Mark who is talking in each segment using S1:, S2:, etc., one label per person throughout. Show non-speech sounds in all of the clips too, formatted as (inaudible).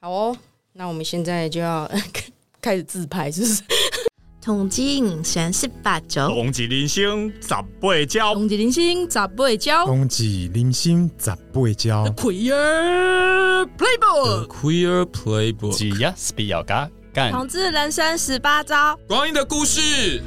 S1: 好哦，那我们现在就要 (laughs) 开始自拍，是不是？
S2: 统计人生十八
S3: 哦
S2: 招，
S4: 同一人生十八招，
S1: 红吉零星咋不会教？
S3: 哦
S5: 冬季零星十八招，
S1: Queer Playboy，
S3: Queer Playbook，
S4: 只要 s p 要加干。
S2: 同志人生十八招。
S3: 光阴的故事。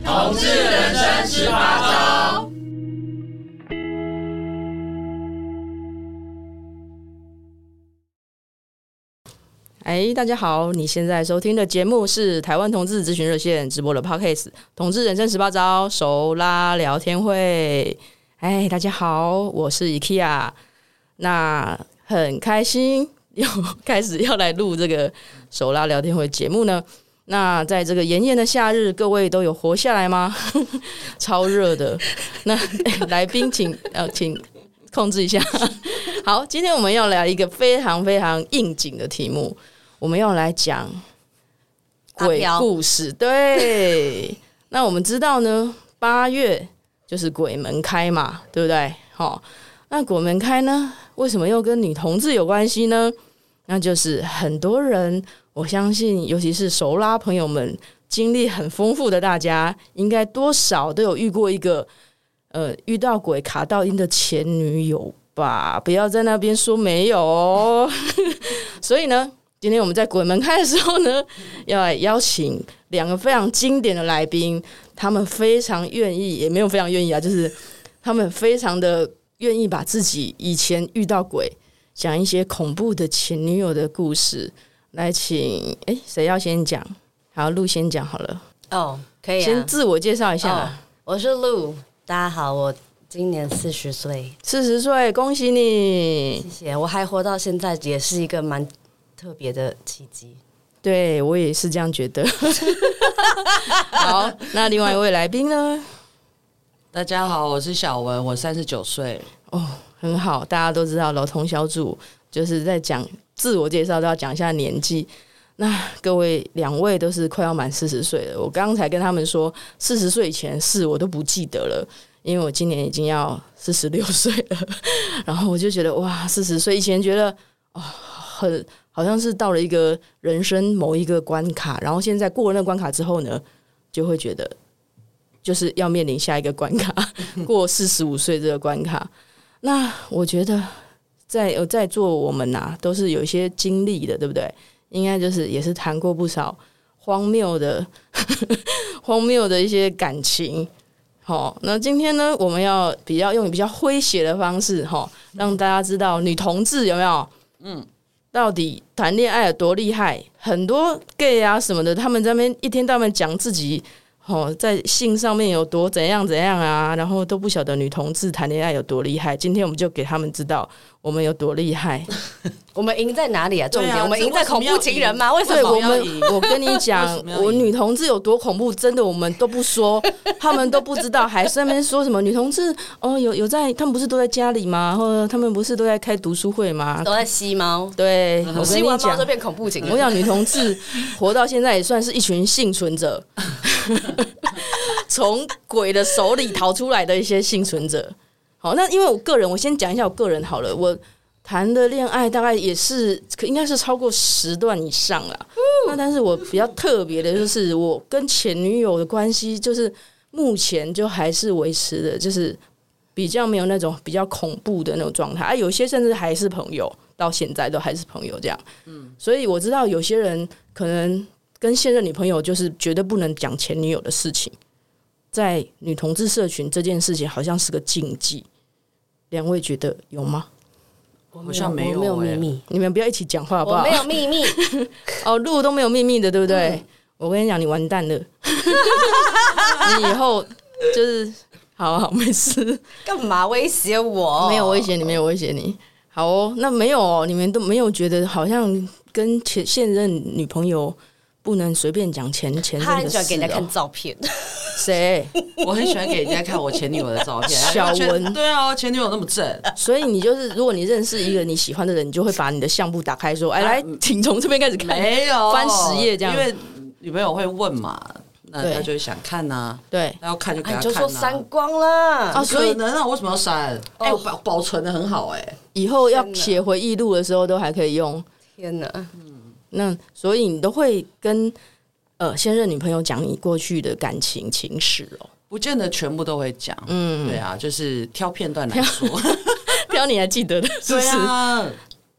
S1: 哎，大家好，你现在收听的节目是台湾同志咨询热线直播的 Podcast《同志人生十八招》手拉聊天会。哎，大家好，我是 IKEA，那很开心又开始要来录这个手拉聊天会节目呢。那在这个炎炎的夏日，各位都有活下来吗？ (laughs) 超热的。那、哎来宾请呃，请控制一下。好，今天我们要聊一个非常非常应景的题目，我们要来讲
S2: 阿
S1: 鬼
S2: 飘
S1: 故事。
S2: (laughs)
S1: 对，那我们知道呢，八月就是鬼门开嘛，对不对？好、那鬼门开呢，为什么又跟女同志有关系呢？那就是很多人，我相信，尤其是熟拉朋友们，经历很丰富的大家，应该多少都有遇过一个，呃，遇到鬼卡到音的前女友吧？不要在那边说没有哦。 (laughs) 所以呢，今天我们在鬼门开的时候呢，要来邀请两个非常经典的来宾，他们非常愿意，也没有非常愿意啊，就是他们非常的愿意把自己以前遇到鬼，讲一些恐怖的前女友的故事。来请，哎，谁要先讲？好，陆先讲好了，
S6: 哦，可以
S1: 先
S6: 啊。
S1: 自我介绍一下
S6: 哦
S1: 啦。，
S6: 我是露，大家好，我今年四十岁，
S1: 四十岁，恭喜你！
S6: 谢谢，我还活到现在也是一个蛮特别的契机。
S1: 对我也是这样觉得。好，那另外一位来宾呢？
S7: 大家好，我是小文，我三十九岁。
S1: 哦很好，大家都知道老同小组就是在讲自我介绍都要讲一下年纪。那各位两位都是快要满四十岁了，我刚才跟他们说，四十岁以前的事我都不记得了，因为我今年已经要四十六岁了。然后我就觉得哇，四十岁以前觉得哦，很好像是到了一个人生某一个关卡，然后现在过了那关卡之后呢，就会觉得就是要面临下一个关卡， (laughs) 过四十五岁这个关卡。那我觉得在有在座我们呐、都是有一些经历的，对不对？应该就是也是谈过不少荒谬的、 (laughs) 荒谬的一些感情。好，那今天呢，我们要比较用比较诙谐的方式，哈，让大家知道女同志有没有，嗯，到底谈恋爱有多厉害？很多 gay 啊什么的，他们在那边一天到晚讲自己哦，在性上面有多怎样怎样啊，然后都不晓得女同志谈恋爱有多厉害。今天我们就给他们知道我们有多厉害。
S6: 我们赢在哪里啊？重点，
S7: 对啊
S6: 我们赢在恐怖情人吗？为什
S1: 对
S6: 么
S1: 我
S7: (laughs) 为什么要
S1: 们
S7: 赢，
S1: 我跟你讲
S7: (laughs) 为什，么要赢
S1: 我女同志有多恐怖，真的我们都不说， (laughs) 他们都不知道，还是在那边说什么女同志哦，有有在，他们不是都在家里吗？或者他们不是都在开读书会吗？
S6: 都在吸猫？
S1: 对，
S7: 嗯
S1: 我跟
S6: 吸
S1: 你
S6: 完猫
S1: 讲
S6: 就，变恐怖情
S1: 我
S6: 人。
S1: 想女同志活到现在也算是一群幸存者，从鬼的手里逃出来的一些幸存者。好，那因为我个人，我先讲一下我个人好了，我。谈的恋爱大概也是，可应该是超过十段以上啦。那但是我比较特别的就是，我跟前女友的关系，就是目前就还是维持的，就是比较没有那种比较恐怖的那种状态。啊，有些甚至还是朋友，到现在都还是朋友这样。所以我知道有些人可能跟现任女朋友就是绝对不能讲前女友的事情，在女同志社群这件事情好像是个禁忌。两位觉得有吗？
S6: 我
S7: 好像没有
S6: 我没有
S7: 欸
S6: 秘密，
S1: 你们不要一起讲话好不
S6: 我
S1: 好？ (laughs)
S6: 没有秘密。
S1: 哦，路都没有秘密的，对不对？我跟你讲，你完蛋了， (laughs) 你以后就是好好没事，
S6: 干嘛威胁我？
S1: 哦没有威胁你，没有威胁你。好哦，那没有哦，你们都没有觉得好像跟前现任女朋友不能随便讲前前任
S6: 他
S1: 的
S6: 很喜
S1: 事、哦
S6: 欢。给人家看照片，
S1: 谁？
S7: 我很喜欢给人家看我前女友的照片。
S1: (laughs) 小文
S7: 觉得对啊，前女友那
S1: (laughs)
S7: 么正，
S1: 所以你就是，如果你认识一个你喜欢的人，你就会把你的相簿打
S7: (laughs)
S1: 开，说：“哎，来，请从这边开始看。”
S7: 嗯没有
S1: 翻十页这样
S7: 因为女朋友会问嘛，那
S1: 对哎
S7: 他就会想看呐，
S1: 对，
S7: 他要看就给
S6: 啊
S7: 他
S6: 你就
S7: 看
S6: 说
S7: 啊
S6: 删光了。
S1: 啊所以
S7: 可能啊，为什么要删？哎，我保保存的很好哎，
S1: 以后要
S6: 天哪
S1: 写回忆录的时候都还可以用。
S6: 天哪！
S1: 那所以你都会跟呃现任女朋友讲你过去的感情情史
S7: (laughs)
S1: 哦，
S7: 不见得全部都会讲，
S1: 嗯，
S7: 对啊，就是挑片段来
S1: (laughs)
S7: 说，
S1: 挑你还记得的，是不嗯
S7: 对
S1: 是？
S7: 啊，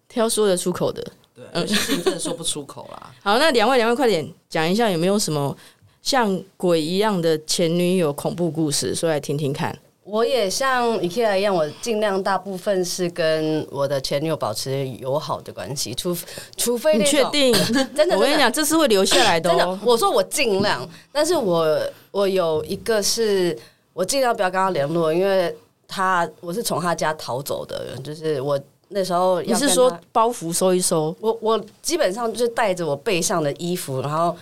S1: 挑说得出口的。
S7: 对，有些事情真的说不出口啦。
S1: 好，那两位两位快点讲一下有没有什么像鬼一样的前女友恐怖故事，说来听听看。
S6: 我也像 IKEA 一样，我尽量大部分是跟我的前女友保持友好的关系，除除非
S1: 你
S6: 那
S1: 确
S6: 种
S1: 定？
S6: (laughs) 真的
S1: 我跟你讲，这是会留下来的
S6: 真的
S1: 哦，。
S6: 我说我尽量，但是我我有一个是我尽量不要跟他联络，因为他我是从他家逃走的人，就是我那时候
S1: 你
S6: 要
S1: 是
S6: 跟
S1: 说
S6: 他
S1: 包袱收一收，
S6: 我我基本上就是带着我背上的衣服，然后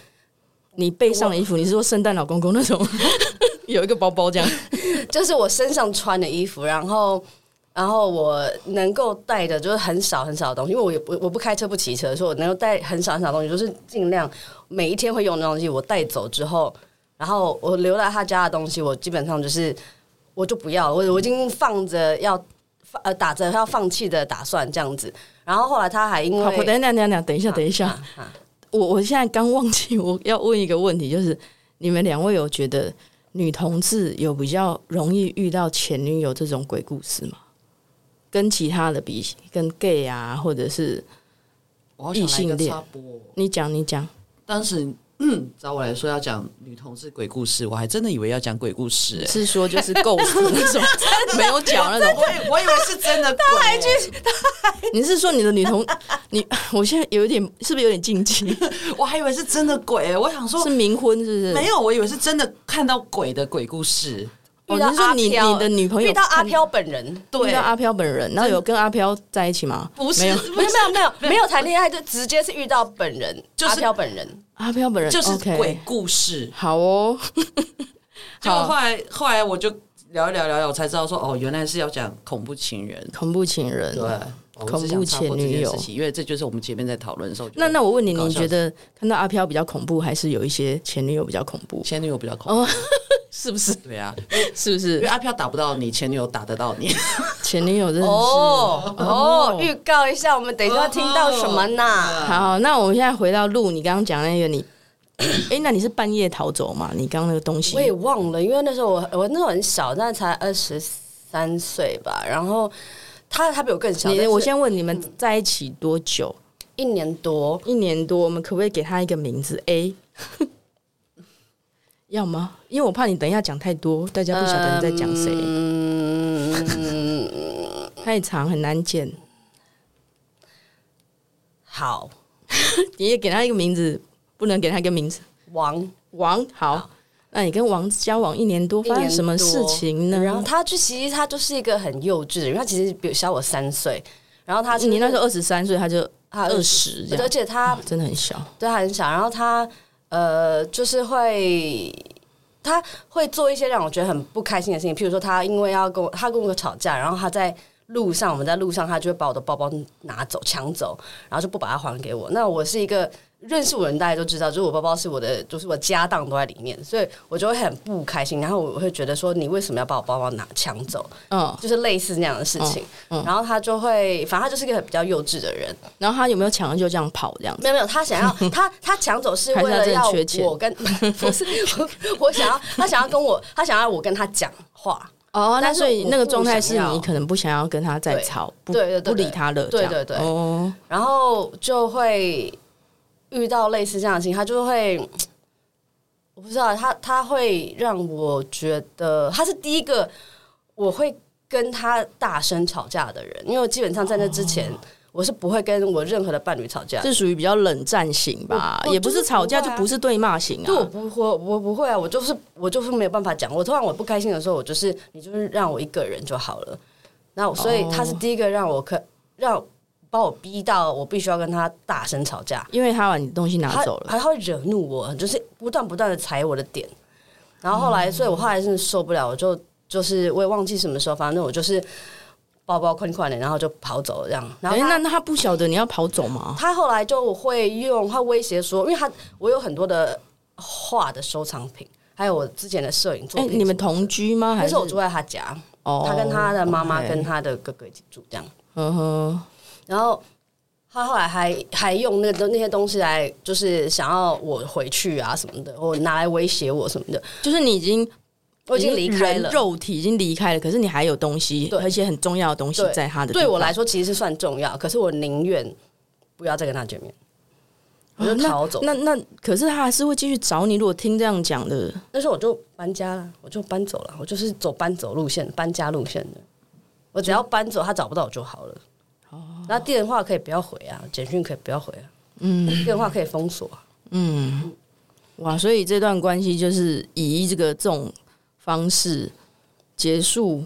S1: 你背上的衣服？你是说圣诞老公公那种 (laughs) 有一个包包这样？
S6: 就是我身上穿的衣服，然后。然后我能够带的就是很少很少的东西，因为我也不我不开车不骑车，所以我能够带很少很少的东西，就是尽量每一天会用的东西我带走之后，然后我留在他家的东西，我基本上就是我就不要了，我我已经放着要放呃打着要放弃的打算这样子。然后后来他还因为
S1: 好，我等一下，等一下，等一下，等一下。
S6: 啊啊
S1: 我我现在刚忘记我要问一个问题，就是你们两位有觉得女同志有比较容易遇到前女友这种鬼故事吗？跟其他的比起，跟 gay 啊，或者是
S7: 我好想来一
S1: 异性
S7: 个
S1: 恋
S7: 插播哦，
S1: 你讲你讲，
S7: 当时。嗯，找我来说要讲女同志鬼故事，我还真的以为要讲鬼故事、欸，
S1: 是说就是构思那种没有脚那种。
S7: 我以我以为是真
S1: (laughs)
S7: 的鬼、欸，
S1: 你是说你的女同你？我现在有一点是不是有点禁忌？
S7: 我还以为是真的鬼、欸，我想说
S1: 是冥婚是不是？
S7: 没有，我以为是真的看到鬼的鬼故事。
S1: 哦，
S6: 遇到
S1: 你是说
S6: 阿
S1: 你
S6: 飘
S1: 你的女朋友
S6: 遇到阿
S1: 看哦
S6: 飘本人，
S1: 遇到阿飘本人，然后有跟阿飘在一起吗？
S7: 不是
S1: 没有，
S6: (laughs) 没有没有没有没有谈恋爱，就直接是遇到本人，
S1: (laughs)
S7: 就是
S6: 阿飘本人。
S1: 阿飘本人
S7: 就是
S1: 嗯
S7: 鬼
S1: OK，
S7: 故事。
S1: 好哦，
S7: 结果后来后来我就聊一聊聊一聊，我才知道说哦，原来是要讲恐怖情人。
S1: 恐怖情人。
S7: 对，我
S1: 恐
S7: 只
S1: 怖
S7: 想插
S1: 前
S7: 播这件
S1: 女友
S7: 事情，因为这就是我们前面在讨论的时候。
S1: 那那我问你，
S7: 搞
S1: 你
S7: 笑
S1: 觉得看到阿飘比较恐怖，还是有一些前女友比较恐怖？
S7: 前女友比较
S1: 哦
S7: 恐怖，
S1: 是不是？
S7: 对啊，
S1: 是不
S7: 因为
S1: 是？
S7: (laughs) 阿飘打不到你，前女友打得
S1: (laughs)
S7: 到你。
S1: 前女友嗯真的是。
S6: 哦
S1: 哦哦
S6: 哦，预告一下，我们等一下要听到什么呢？
S1: 好，那我们现在回到路，你刚刚讲那个你， (coughs) 哎，那你是半夜逃走嘛？你刚刚那个东西
S6: 我，也忘了，因为那时候我我那时候很小，那才二十三岁吧。然后他他比我更小，但
S1: 你
S6: 是
S1: 我先问你们在一起多久？
S6: 一年多，
S1: 一年多，我们可不可以给他一个名字 A？要吗？因为我怕你等一下讲太多，大家不晓得你在讲谁， (laughs)
S6: 嗯，
S1: 太长很难剪。
S6: 好，
S1: 你也给他一个名字，不能给他一个名字。
S6: 王
S1: 王好，那你跟王交往一年多，
S6: 一
S1: 发
S6: 年多
S1: 生什么事情呢？
S6: 然后他就其实他就是一个很幼稚的人，因为他其实比我小我三岁。然后他是
S1: 你那时候二十三岁，他就
S6: 他
S1: 二十这
S6: 而
S1: 样，
S6: 且他
S1: 真的很小。
S6: 对他很小，然后他呃，就是会他会做一些让我觉得很不开心的事情，譬如说他因为要跟我他跟我吵架，然后他在路上我们在路上，他就会把我的包包拿走抢走，然后就不把它还给我。那我是一个。认识我的人大家都知道，就是我包包是我的，就是我家当都在里面，所以我就会很不开心。然后我会觉得说，你为什么要把我包包拿抢走？
S1: 嗯，
S6: 就是类似那样的事情。
S1: 嗯嗯
S6: 然后他就会，反正他就是一个比较幼稚的人。
S1: 然后他有没有抢了就这样跑这样子？
S6: 没有没有，他想
S1: (laughs)
S6: 要他他抢走是为了要
S1: 还是他真的缺钱
S6: 我跟 (laughs) 不是我我想要他想要跟我他想要我跟他讲话，
S1: 哦，那
S6: 但是
S1: 所以
S6: 我
S1: 那个
S6: 不
S1: 状态是
S6: 想要
S1: 你可能不想要跟他再吵，不
S6: 对对对
S1: 不
S6: 对
S1: 理他了，
S6: 对
S1: 这样
S6: 对对
S1: 哦，
S6: 然后就会遇到类似这样的事情，他就会我不知道他他会让我觉得他是第一个我会跟他大声吵架的人，因为我基本上在那之前、
S1: 哦
S6: 我是不会跟我任何的伴侣吵架的，
S1: 这属于比较冷战型吧，
S6: 我我
S1: 也不
S6: 就是是
S1: 吵架，
S6: 不
S1: 就
S6: 会啊
S1: 不是对骂型
S6: 对，我
S1: 啊。
S6: 不会，我不会啊，我就是我就是没有办法讲。我突然我不开心的时候，我就是你就是让我一个人就好了。那我所以
S1: 哦
S6: 他是第一个让我可让把我逼到我必须要跟他大声吵架，
S1: 因为他把你东西拿
S6: 他
S1: 走了，
S6: 还会惹怒我，就是不断不断的踩我的点。然后后
S1: 嗯
S6: 来，所以我后来真的受不了，我就就是我也忘记什么时候，反正我就是包包宽宽的，然后就跑走了这样。然
S1: 哎
S6: 后，他
S1: 那那他不晓得你要跑走吗？
S6: 他后来就会用他威胁说，因为他我有很多的画的收藏品，还有我之前的摄影作
S1: 哎，
S6: 品。
S1: 你们同？居吗？还
S6: 那
S1: 是
S6: 时候我住在他家，
S1: 哦
S6: 他跟他的妈妈
S1: OK
S6: 跟他的哥哥一起住这样。
S1: 嗯哼，
S6: 然后他后来还还用那个东那些东西来，就是想要我回去啊什么的，或拿来威胁我什么的。
S1: 就是你已经
S6: 我已经离开
S1: 人
S6: 了，
S1: 肉体已经离开了，可是你还有东西，
S6: 对
S1: 而且很重要的东西
S6: 对
S1: 在他的地
S6: 对我
S1: 方
S6: 来说其实是算重要，可是我宁愿不要再跟他见面，我就
S1: 啊那
S6: 逃走。
S1: 那那可是他还是会继续找你。如果听这样讲的，
S6: 那时候我就搬家了，我就搬走了，我就是走搬走路线，搬家路线的。我只要搬走，他找不到我就好了。哦，那电话可以不要回啊，简讯可以不要回啊，嗯，电话可以封锁啊、
S1: 嗯哇，所以这段关系就是以这个这种方式结束。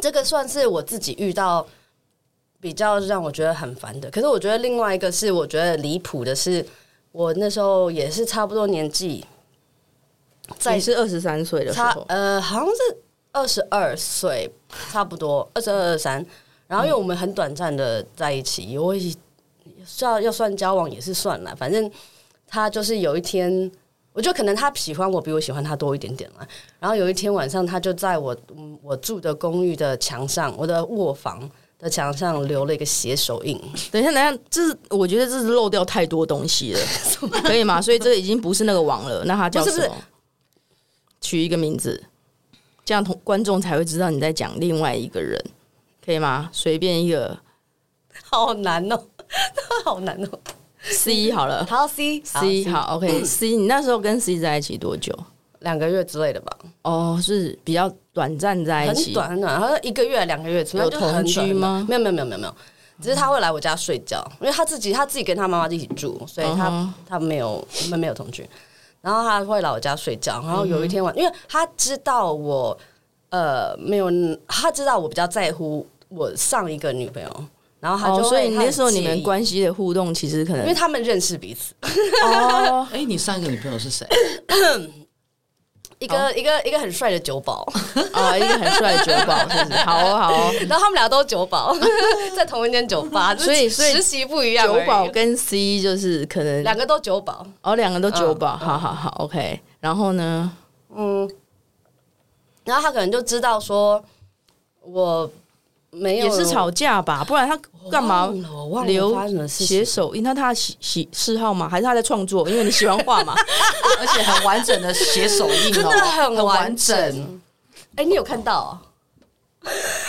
S6: 这个算是我自己遇到比较让我觉得很烦的。可是我觉得另外一个是我觉得离谱的是，我那时候也是差不多年纪，在
S1: 你是二十三岁的时
S6: 差
S1: 候，
S6: 呃，好像是二十二岁，差不多二十二二三。然后因为我们很短暂的在一起，我也算要算交往也是算了，反正他就是有一天，我觉得可能他喜欢我比我喜欢他多一点点了。然后有一天晚上，他就在我嗯我住的公寓的墙上，我的卧房的墙上留了一个血手印。 (laughs)
S1: 等一下，等一下，这是我觉得这是漏掉太多东西 (laughs) 了，可以吗？所以这已经不是那个网了，那它叫
S6: 不
S1: 什
S6: 是
S1: 么？
S6: 不是
S1: 取一个名字，这样同观众才会知道你在讲另外一个人，可以吗？随便一个
S6: 好难哦， (laughs) 好难哦。
S1: (laughs) C 好了
S6: 好，C
S1: ，C 好，OK，C，你那时候跟 C 在一起多久？
S6: 两个月之类的吧，
S1: 哦，是比较短暂在一
S6: 很
S1: 起，
S6: 短很短，好像一个月两个月，
S1: 有
S6: 就很
S1: 同居
S6: 短
S1: 吗
S6: 没有没有没有没有没有，只是他会来我家睡觉，因为他自己他自己跟他妈妈一起住，所以他、
S1: 嗯哼
S6: 他没有我们没有同居，然后他会来我家睡觉，然后有一天
S1: 嗯
S6: 晚，因为他知道我呃没有，他知道我比较在乎我上一个女朋友，然后他就会、
S1: 哦，所以那
S6: 他很
S1: 时候你
S6: 介
S1: 们
S6: 意，
S1: 关系的互动其实可能
S6: 因为他们认识彼此，
S1: 哦，
S7: 哎，你上一个女朋友是谁？
S6: 一个、一个一个很帅的酒保， (laughs)
S1: 哦，一个很帅的酒保，是不是？好哦，好哦。
S6: 然后他们俩都是酒保， (laughs) 在同一间酒吧，
S1: 所以
S6: 就是
S1: 所以
S6: 实习不一样而已，
S1: 酒保跟 C 就是可能
S6: 两个都酒保，
S1: 哦，两个都酒保，
S6: 嗯
S1: 好好好，OK。然后呢，
S6: 然后他可能就知道说我没有哦
S1: 也是吵架吧，不然他干嘛
S6: 忘了我忘了
S1: 留
S6: 发生什么事
S1: 写
S6: 情，
S1: 手印？那他喜喜嗜好吗？还是他在创作？因为你喜欢画
S6: (laughs)
S1: 嘛，
S7: 而且很完整的写手印哦，
S6: 真的很
S7: 很
S6: 完
S7: 完
S6: 整
S7: 整。。
S6: 哎，你有看到
S1: 啊
S6: 哦？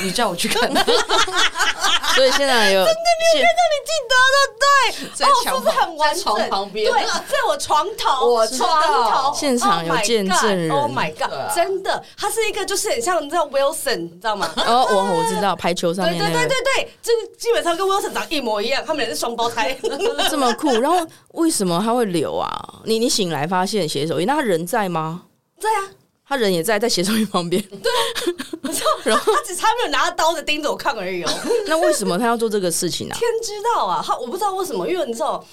S7: 你叫我去看， (laughs)
S1: 所以现在有现
S6: 那你记得的，对，
S7: 在
S6: 哦，是
S7: 墙
S6: 不是
S7: 旁
S6: 很完整？
S7: 在床旁边
S6: 对，在我床头，
S7: 我知
S6: 床
S7: 道
S6: 头，
S1: 现场有见证人啊
S6: Oh my god！, Oh my god 真的，他是一个就是很像你知道 Wilson，你知
S1: (laughs)
S6: 道吗？
S1: 哦，我我知道排球上
S6: 对
S1: 面
S6: 对
S1: 那
S6: 对
S1: 个
S6: 对对，就基本上跟 Wilson 长一模一样，他们俩是双胞
S1: (laughs)
S6: 胎。
S1: 这么酷，然后为什么他会留啊？你你醒来发现写手印，那他人在吗？
S6: 对啊，
S1: 他人也在，在写手印旁
S6: (laughs)
S1: 边。
S6: 我知道，他只差没有拿刀子盯着我看而已哦。
S1: 那为什么他要做这个事情啊？
S6: 天知道啊，他我不知道为什么，因为你知道，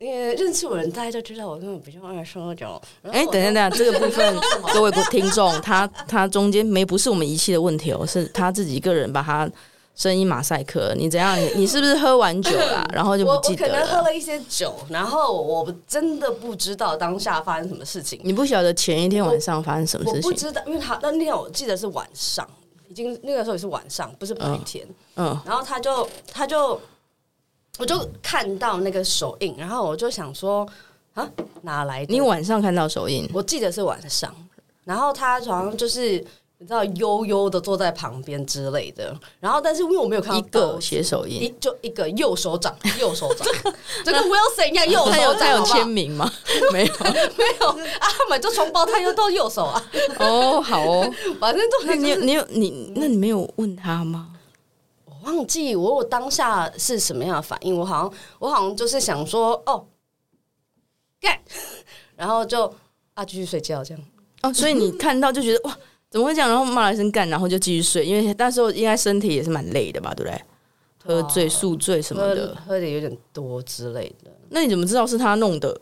S6: 呃，认识我的人大家就知道我根本比较爱说那种。
S1: 哎、等一下，等一下，这个部
S6: (laughs)
S1: 分各位听众，他他中间没不是我们仪器的问题哦，是他自己个人把他声音马赛克。你怎样？你你是不是喝完酒啦、
S6: (laughs)
S1: 然后就不
S6: 我我
S1: 记
S6: 可
S1: 得
S6: 能喝
S1: 了？
S6: 了一些酒，然后我真的不知道当下发生什么事情，
S1: 你不晓得前一天晚上发生什么
S6: 我
S1: 事
S6: 不
S1: 情？
S6: 知道，因为他那天我记得是晚上，已经那个时候也是晚上，不是白天。
S1: 嗯，
S6: 然后他就他就我就看到那个手印，然后我就想说啊，哪来的？
S1: 你晚上看到手印，
S6: 我记得是晚上，然后他好像就是你知道悠悠的坐在旁边之类的，然后但是因为我没有看到
S1: 一个
S6: 刀
S1: 写手
S6: 一
S1: 印，
S6: 就一个右手掌， (laughs) 右
S1: (laughs)
S6: 手掌，就跟 Wilson 一样右手
S1: 他
S6: 掌，
S1: 有他有
S6: 好不好
S1: 签名
S6: (laughs)
S1: 吗？没有。
S6: 没有啊？他们就双胞胎又到右手啊，
S1: 哦，好哦，
S6: 反正都
S1: 那
S6: 很
S1: 你有你有你，那你没有问他吗？
S6: 我忘记我我当下是什么样的反应，我好像我好像就是想说哦，干， (laughs) 然后就啊继续睡觉这样。
S1: 哦，所以你看到就觉得哇，怎么会这样？然后骂了一声干，然后就继续睡，因为那时候应该身体也是蛮累的吧，对不对？喝醉、宿醉什么
S6: 喝
S1: 的，
S6: 喝的有点多之类的，
S1: 那你怎么知道是他弄的？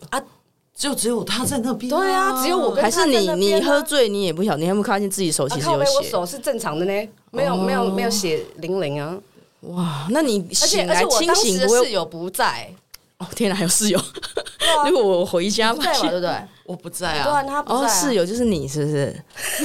S7: 就只有他在那边。
S6: 对啊，只有我跟
S1: 哦还
S6: 他
S1: 是
S6: 在
S1: 你
S6: 那
S1: 你
S6: 边啊
S1: 喝醉，你也不晓得，你有没有发现自己手
S6: 啊
S1: 其实
S6: 靠
S1: 有
S6: 背，我
S1: 血？
S6: 手是正常的呢，没有、没有没有血淋淋啊，
S1: 哇，那你
S6: 而且
S1: 醒
S6: 而
S1: 来
S6: 且我
S1: 清
S6: 当时
S1: 醒
S6: 的
S1: 不
S6: 室
S1: 会？
S6: 友不在，
S1: 哦，天哪，还有室友， (laughs) 如果我回家发 (laughs)
S6: 在嘛，对
S1: 现
S6: 啊不对？
S7: 我不在
S6: 对啊，
S7: 啊，
S6: 他不在
S1: 哦，
S6: 啊
S1: 室友就是你，是不是？
S6: (laughs)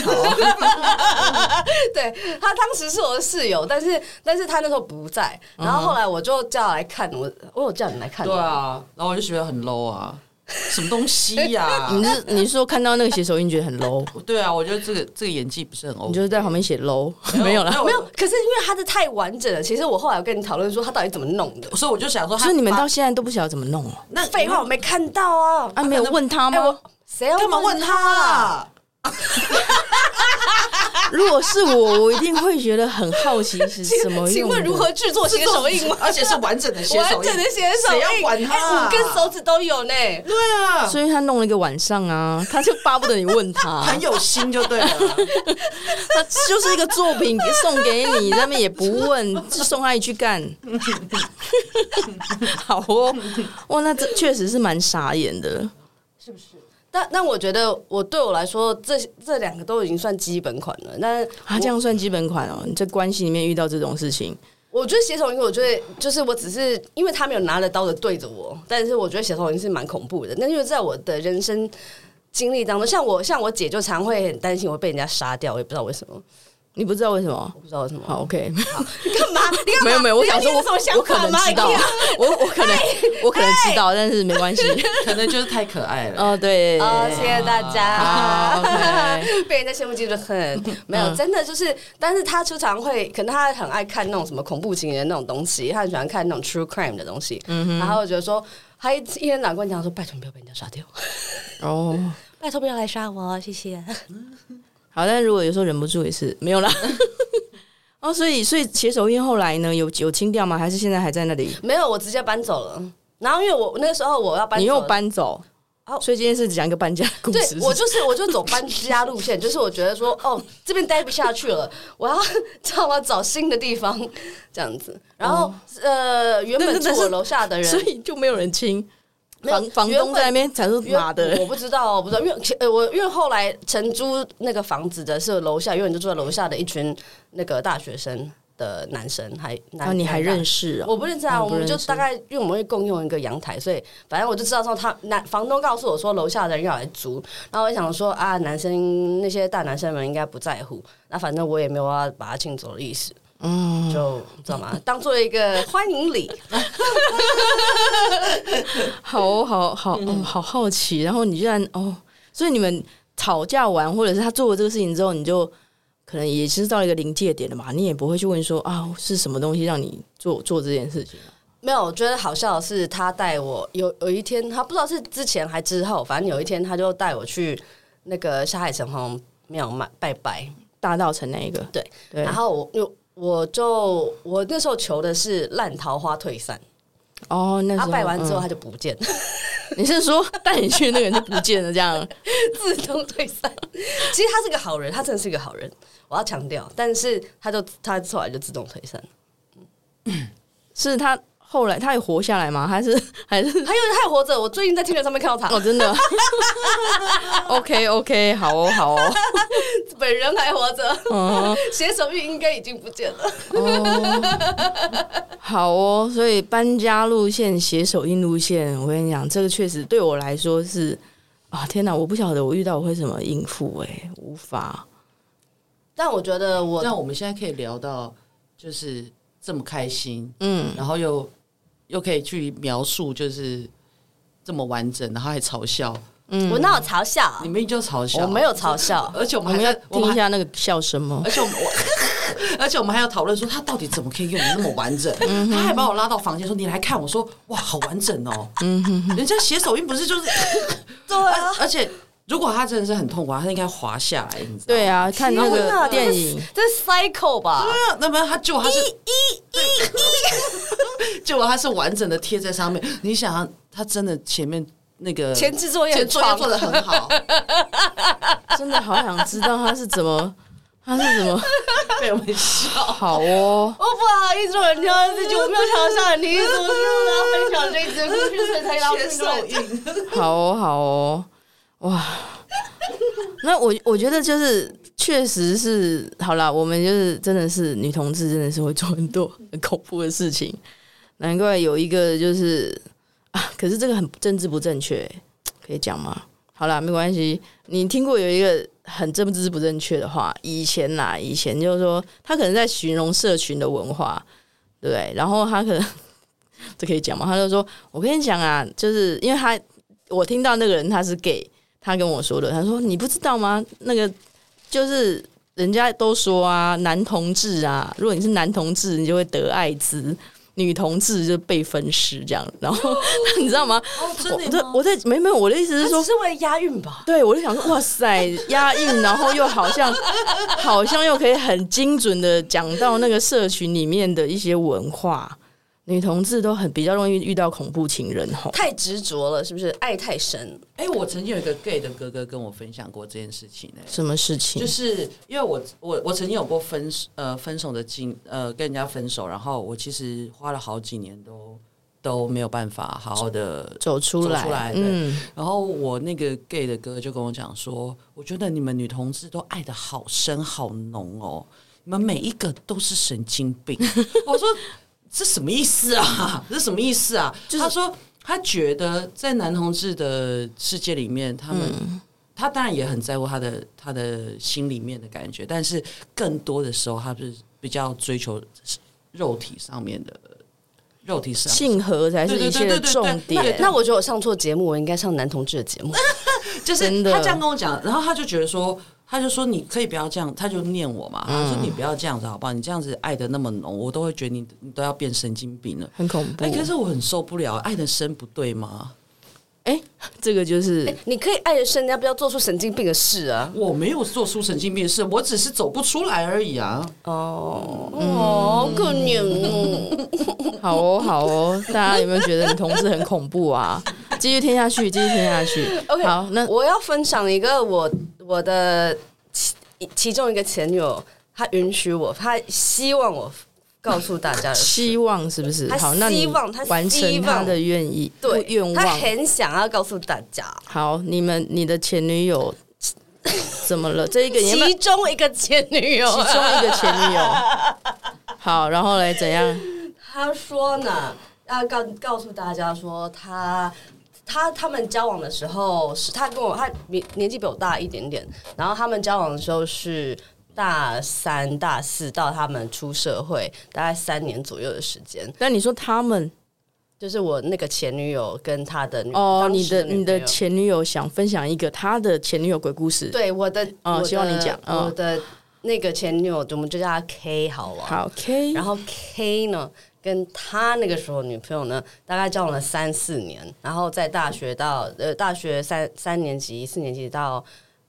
S6: 对他当时是我的室友，但是但是他那时候不在，然后后来我就叫他来看我，我有叫你来看，
S7: 对，啊，然后我就觉得很 low 啊，什么东西呀、
S6: (laughs) 啊
S1: 你是你是说看到那个写手印觉得很 low，
S6: 哦
S7: 对啊，我觉得这个这个演技不是很
S1: 你
S7: OK，
S1: 就是在旁边写 low，没有啦。
S6: 没有，可是因为他的太完整了，其实我后来有跟你讨论说他到底怎么弄的，
S7: 所以我就想说他，
S1: 所以你们到现在都不晓得怎么弄哦？
S7: 那
S6: 废话我没看到啊，
S1: 啊，没有问他
S6: 哎
S1: 吗
S6: 我？谁要
S7: 干嘛问他
S6: 啊？
S7: 啊？
S1: 如果是我，我一定会觉得很好奇是什么用的。
S6: (laughs) 请问如何制作写手印 (laughs) 吗？
S7: 而且是完整的写
S6: 完
S7: 手印
S6: 整的写手
S7: 谁
S6: 印，
S7: 要管他啊
S6: 哎五根手指都有呢。
S7: 对啊，
S1: 所以他弄了一个晚上啊，他就巴不得你问他，
S6: 啊
S7: 很有心就
S6: (laughs)
S7: 对了。
S1: 他就是一个作品送给你，他们也不问，就送他一句干。 (laughs) 好哦，哇，那这确实是蛮傻眼的。
S6: 但但我觉得，我对我来说，这这两个都已经算基本款了。但
S1: 啊，这样算基本款哦。你在关系里面遇到这种事情，
S6: 我觉得写手印，我觉得就是我只是因为他没有拿着刀子对着我，但是我觉得写手印是蛮恐怖的。那因为在我的人生经历当中，像我像我姐就常会很担心我被人家杀掉，我也不知道为什么，
S1: 你不知道为什么
S6: 我？不知道为什么。
S1: 好，OK，
S6: (laughs) 你干嘛？你干嘛？
S1: 没有没有，我
S6: 你
S1: 想说
S6: 有
S1: 我
S6: 什么想
S1: 我可
S6: 法
S1: 能
S6: 吗哎
S1: 知道
S6: (laughs) 你，
S1: 我我可能我可能知道，但是没关系。
S7: 可能就是太可爱了。
S1: 哦，对，
S6: 啊，谢谢大
S1: 好
S6: 家
S1: 啊
S6: (laughs)
S1: ，OK。
S6: 被人家羡慕嫉妒恨，没
S1: 嗯
S6: 有，真的就是，但是他出常会，可能他很爱看那种什么恐怖情人那种东西，他很喜欢看那种 true crime 的东西，
S1: 嗯
S6: 然后我觉得说，他一一天到晚跟我讲说，拜托你不要被人家杀
S1: (laughs)
S6: 掉，
S1: 哦，
S6: 拜托不要来杀我，谢谢。
S1: 好，但如果有时候忍不住也是没有啦。 (laughs) 哦，所以所以写手印后来呢，有有清掉吗？还是现在还在那里？
S6: 没有，我直接搬走了。然后因为我那时候我要搬，
S1: 你又。搬走
S6: 哦？
S1: 所以今天是讲一个搬家的故
S6: 对
S1: 事。，
S6: 我
S1: 是
S6: 就是我就走搬家路线，就是我觉得说，哦，这边待不下去了，我要知道吗？找新的地方这样子。然后、呃，原
S1: 哦那
S6: 本
S1: 那
S6: 住
S1: 但
S6: 我
S1: 是
S6: 楼下的
S1: 不
S6: 人，
S1: 是所以就没有人清。
S6: 没有
S1: 房房东在那边才说
S6: 因为
S1: 妈的
S6: 我，不知道，我不知道，因为呃，我因为后来承租那个房子的是楼下，原本就住在楼下的一群那个大学生的男生，还
S1: 然
S6: 男、
S1: 后哦你还认
S6: 识。
S1: 识哦？
S6: 我不认识啊，
S1: 哦
S6: 我
S1: 不
S6: 们就
S1: 认识
S6: 大概因为我们会共用一个阳台，所以反正我就知道说他男房东告诉我说楼下的人要来租，然后我想说啊，男生那些大男生们应该不在乎，那反正我也没有要把他请走的意思，嗯，就你知道吗？当做一个欢迎礼，
S1: 好哦好好，嗯，好好奇。然后你居然哦，所以你们吵架完，或者是他做了这个事情之后，你就可能也是到了一个临界点了嘛，你也不会去问说啊是什么东西让你做做这件事情。
S6: 没有，我觉得好笑的是，他带我有有一天，他不知道是之前还之后，反正有一天他就带我去那个下海城隍庙拜拜拜，
S1: 大道城那一个，
S6: 对
S1: 对，
S6: 然后我我我就我那时候求的是烂桃花退散，
S1: 哦，那时
S6: 他
S1: 候
S6: 拜完之后
S1: 嗯
S6: 他就不见，
S1: 你是说带你去那个人就不见了这样？
S6: (laughs) 自动退散。其实他是个好人，他真的是个好人，我要强调，但是他就他后来就自动退散，
S1: 是他后来他也活下来吗？还是还是
S6: 还有他还活着，我最近在天人上面看到他，
S1: 哦，真
S6: (laughs)
S1: 的 (laughs) ？OK OK，好哦好哦，
S6: 本人还活着，
S1: 嗯
S6: (laughs) 写手印应该已经不见了。
S1: 哦， (laughs) 好哦，所以搬家路线、写手印路线，我跟你讲，这个确实对我来说是啊，天哪，我不晓得我遇到我会怎么应付、哎，无法。
S6: 但我觉得我
S7: 那我们现在可以聊到就是这么开心，
S1: 嗯，
S7: 然后又又可以去描述就是这么完整，然后还嘲笑，
S1: 嗯
S6: 我哪有嘲笑啊、
S7: 你明明就嘲笑，
S6: 我没有，嘲笑，
S7: 而且我
S1: 我
S7: 们
S1: 们哦要
S7: 还在我
S1: 听
S7: 们
S1: 一
S7: 还，
S1: 下那个笑声吗
S7: 而？且我们我。而且我们还要讨论说他到底怎么可以用的那么完整，他还把我拉到房间说你来看，我说哇好完整哦，人家写手印不是就是，
S6: (laughs) 对啊，
S7: 而且如果他真的是很痛苦，他应该滑下来，你知道吗？
S1: 对啊，看那
S6: 天哪
S1: 个电影，
S6: 这是 cycle 吧？
S7: 那那么他结果他是一 (laughs) 一一，结果他是完整的贴在上面。你想啊，他真的前面那个
S6: 前置作业
S7: 前
S6: 很
S7: 置作业
S6: 创
S7: 做的很好，
S1: 真的好想知道他是怎么，他是怎么
S7: 被我们笑。
S1: (laughs) 好哦。
S6: 我不好意思，我听到这句，我没有嘲笑你，你怎么知道我要分享这一则故事，所以才让我
S7: 写手
S6: (laughs)
S7: 印，
S1: (laughs) 好哦，好哦，哇！那我我觉得就是，确实是好啦，我们就是真的是女同志，真的是会做很多很恐怖的事情，难怪有一个就是。啊，可是这个很政治不正确，可以讲吗？好啦，没关系。你听过有一个很政治不正确的话，以前啦，以前就是说他可能在形容社群的文化，对不对？然后他可能 (laughs) 这可以讲吗？他就说：“我跟你讲啊，就是因为他我听到那个人他是 gay，他跟我说的，他说你不知道吗？那个就是人家都说啊，男同志啊，如果你是男同志，你就会得艾滋。”女同志就被分尸这样，然后 (laughs) 你知道吗？
S6: 哦，
S1: 我我在我在没没有我的意思是
S6: 只
S1: 说，
S6: 是为了押韵吧？
S1: 对，我就想说，哇塞，押韵，然后又好像好像又可以很精准的讲到那个社群里面的一些文化。女同志都很比较容易遇到恐怖情人吼，
S6: 太执着了，是不是？爱太深，
S7: 哎、我曾经有一个 gay 的哥哥跟我分享过这件事情、哎，
S1: 什么事情？
S7: 就是因为我我我曾经有过分手呃分手的经呃跟人家分手，然后我其实花了好几年都都没有办法好好的
S1: 走出来，
S7: 走出来对
S1: 嗯，
S7: 然后我那个 gay 的哥就跟我讲说，我觉得你们女同志都爱的好深好浓哦，你们每一个都是神经病。我说这什么意思啊？ (laughs) 这什么意思啊？他说他觉得在男同志的世界里面，他们、他当然也很在乎他的他的心里面的感觉，但是更多的时候，他是比较追求肉体上面的肉体上
S1: 性和才是一切的重
S7: 对对对对对对
S1: 点。
S6: 那我觉得我上错节目，我应该上男同志的节 (laughs) 目。
S7: 就是
S1: 真的
S7: 他这样跟我讲，然后他就觉得说，他就说你可以不要这样，他就念我嘛，
S1: 嗯
S7: 他说你不要这样子好不好？你这样子爱的那么浓，我都会觉得你你都要变神经病了。
S1: 很恐怖，
S7: 哎、可是我很受不了，爱的深不对吗？
S1: 哎，这个就是
S6: 你可以爱的深，你要不要做出神经病的事啊？
S7: 我没有做出神经病的事，我只是走不出来而已啊。
S6: 哦，哦，可怜哦，
S1: 好哦，好哦，大家有没有觉得女同志很恐怖啊？ (laughs) 继续听下去，继续听下去。
S6: OK，
S1: 好，那
S6: 我要分享一个我我的其其中一个前女友，她允许我，她希望我告诉大
S1: (laughs)
S6: 家的事
S1: 希望是不是？
S6: 他
S1: 好，那你
S6: 希望他希望
S1: 完成他的愿意，
S6: 对
S1: 愿
S6: 她
S1: 望。
S6: 很想要告诉大家。
S1: 好，你们你的前女友怎么了？这一个你有没有
S6: 其中一个前女友，
S1: 其中一个前女友？好，然后嘞怎样？
S6: 他说呢，要告告诉大家说他。他他们交往的时候是，他跟我他年年纪比我大一点点，然后他们交往的时候是大三大四到他们出社会大概三年左右的时间，
S1: 但你说他们
S6: 就是我那个前女友跟他的女
S1: 哦，
S6: 当
S1: 你
S6: 时的
S1: 的
S6: 女朋
S1: 你的
S6: 友
S1: 前女友想分享一个他的前女友鬼故事。，
S6: 对我的
S1: 哦
S6: 我的
S1: 希望你讲嗯
S6: 我的那个前女友，我们就叫她 K 好了，
S1: 好，K，
S6: 然后 K 呢，跟他那个时候女朋友呢，大概交往了三四年，然后在大学到呃大学三三年级、四年级到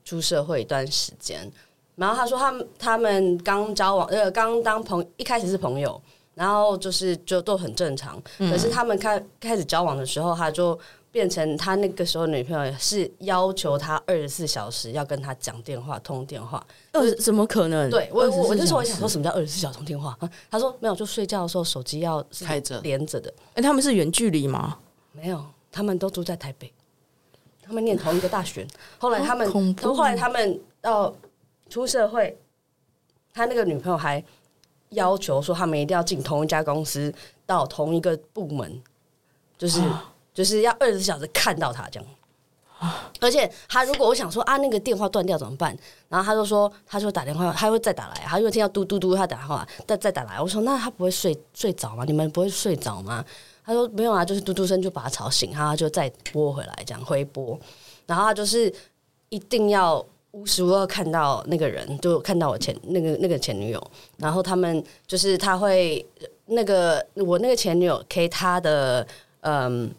S6: 出社会一段时间。然后他说他们他们刚交往呃刚当朋一开始是朋友，然后就是就都很正常。可是他们开开始交往的时候，他就变成他那个时候女朋友是要求他二十四小时要跟他讲电话通电话，
S1: 二十怎么可能？
S6: 对我我我那时候我
S1: 24
S6: 想说什么叫二十四小时通电话、啊他说没有，就睡觉的时候手机要是
S7: 开着
S6: 连着的，
S1: 哎，他们是远距离吗？
S6: 没有，他们都住在台北，他们念同一个大学，后来他们
S1: 好恐怖
S6: 他们后来他们到出社会，他那个女朋友还要求说他们一定要进同一家公司，到同一个部门，就是、
S1: 啊
S6: 就是要二十四小时看到他这样。
S1: 啊
S6: 而且他如果我想说啊，那个电话断掉怎么办？然后他就说，他就打电话，他会再打来，他又听到嘟嘟嘟，他打电话，再再打来。我说那他不会睡睡着吗？你们不会睡着吗？他说没有啊，就是嘟嘟声就把他吵醒，然后他就再拨回来，这样回拨。然后他就是一定要无时无刻看到那个人，就看到我前 (laughs) 那个那个前女友。然后他们就是他会那个我那个前女友 K 她的嗯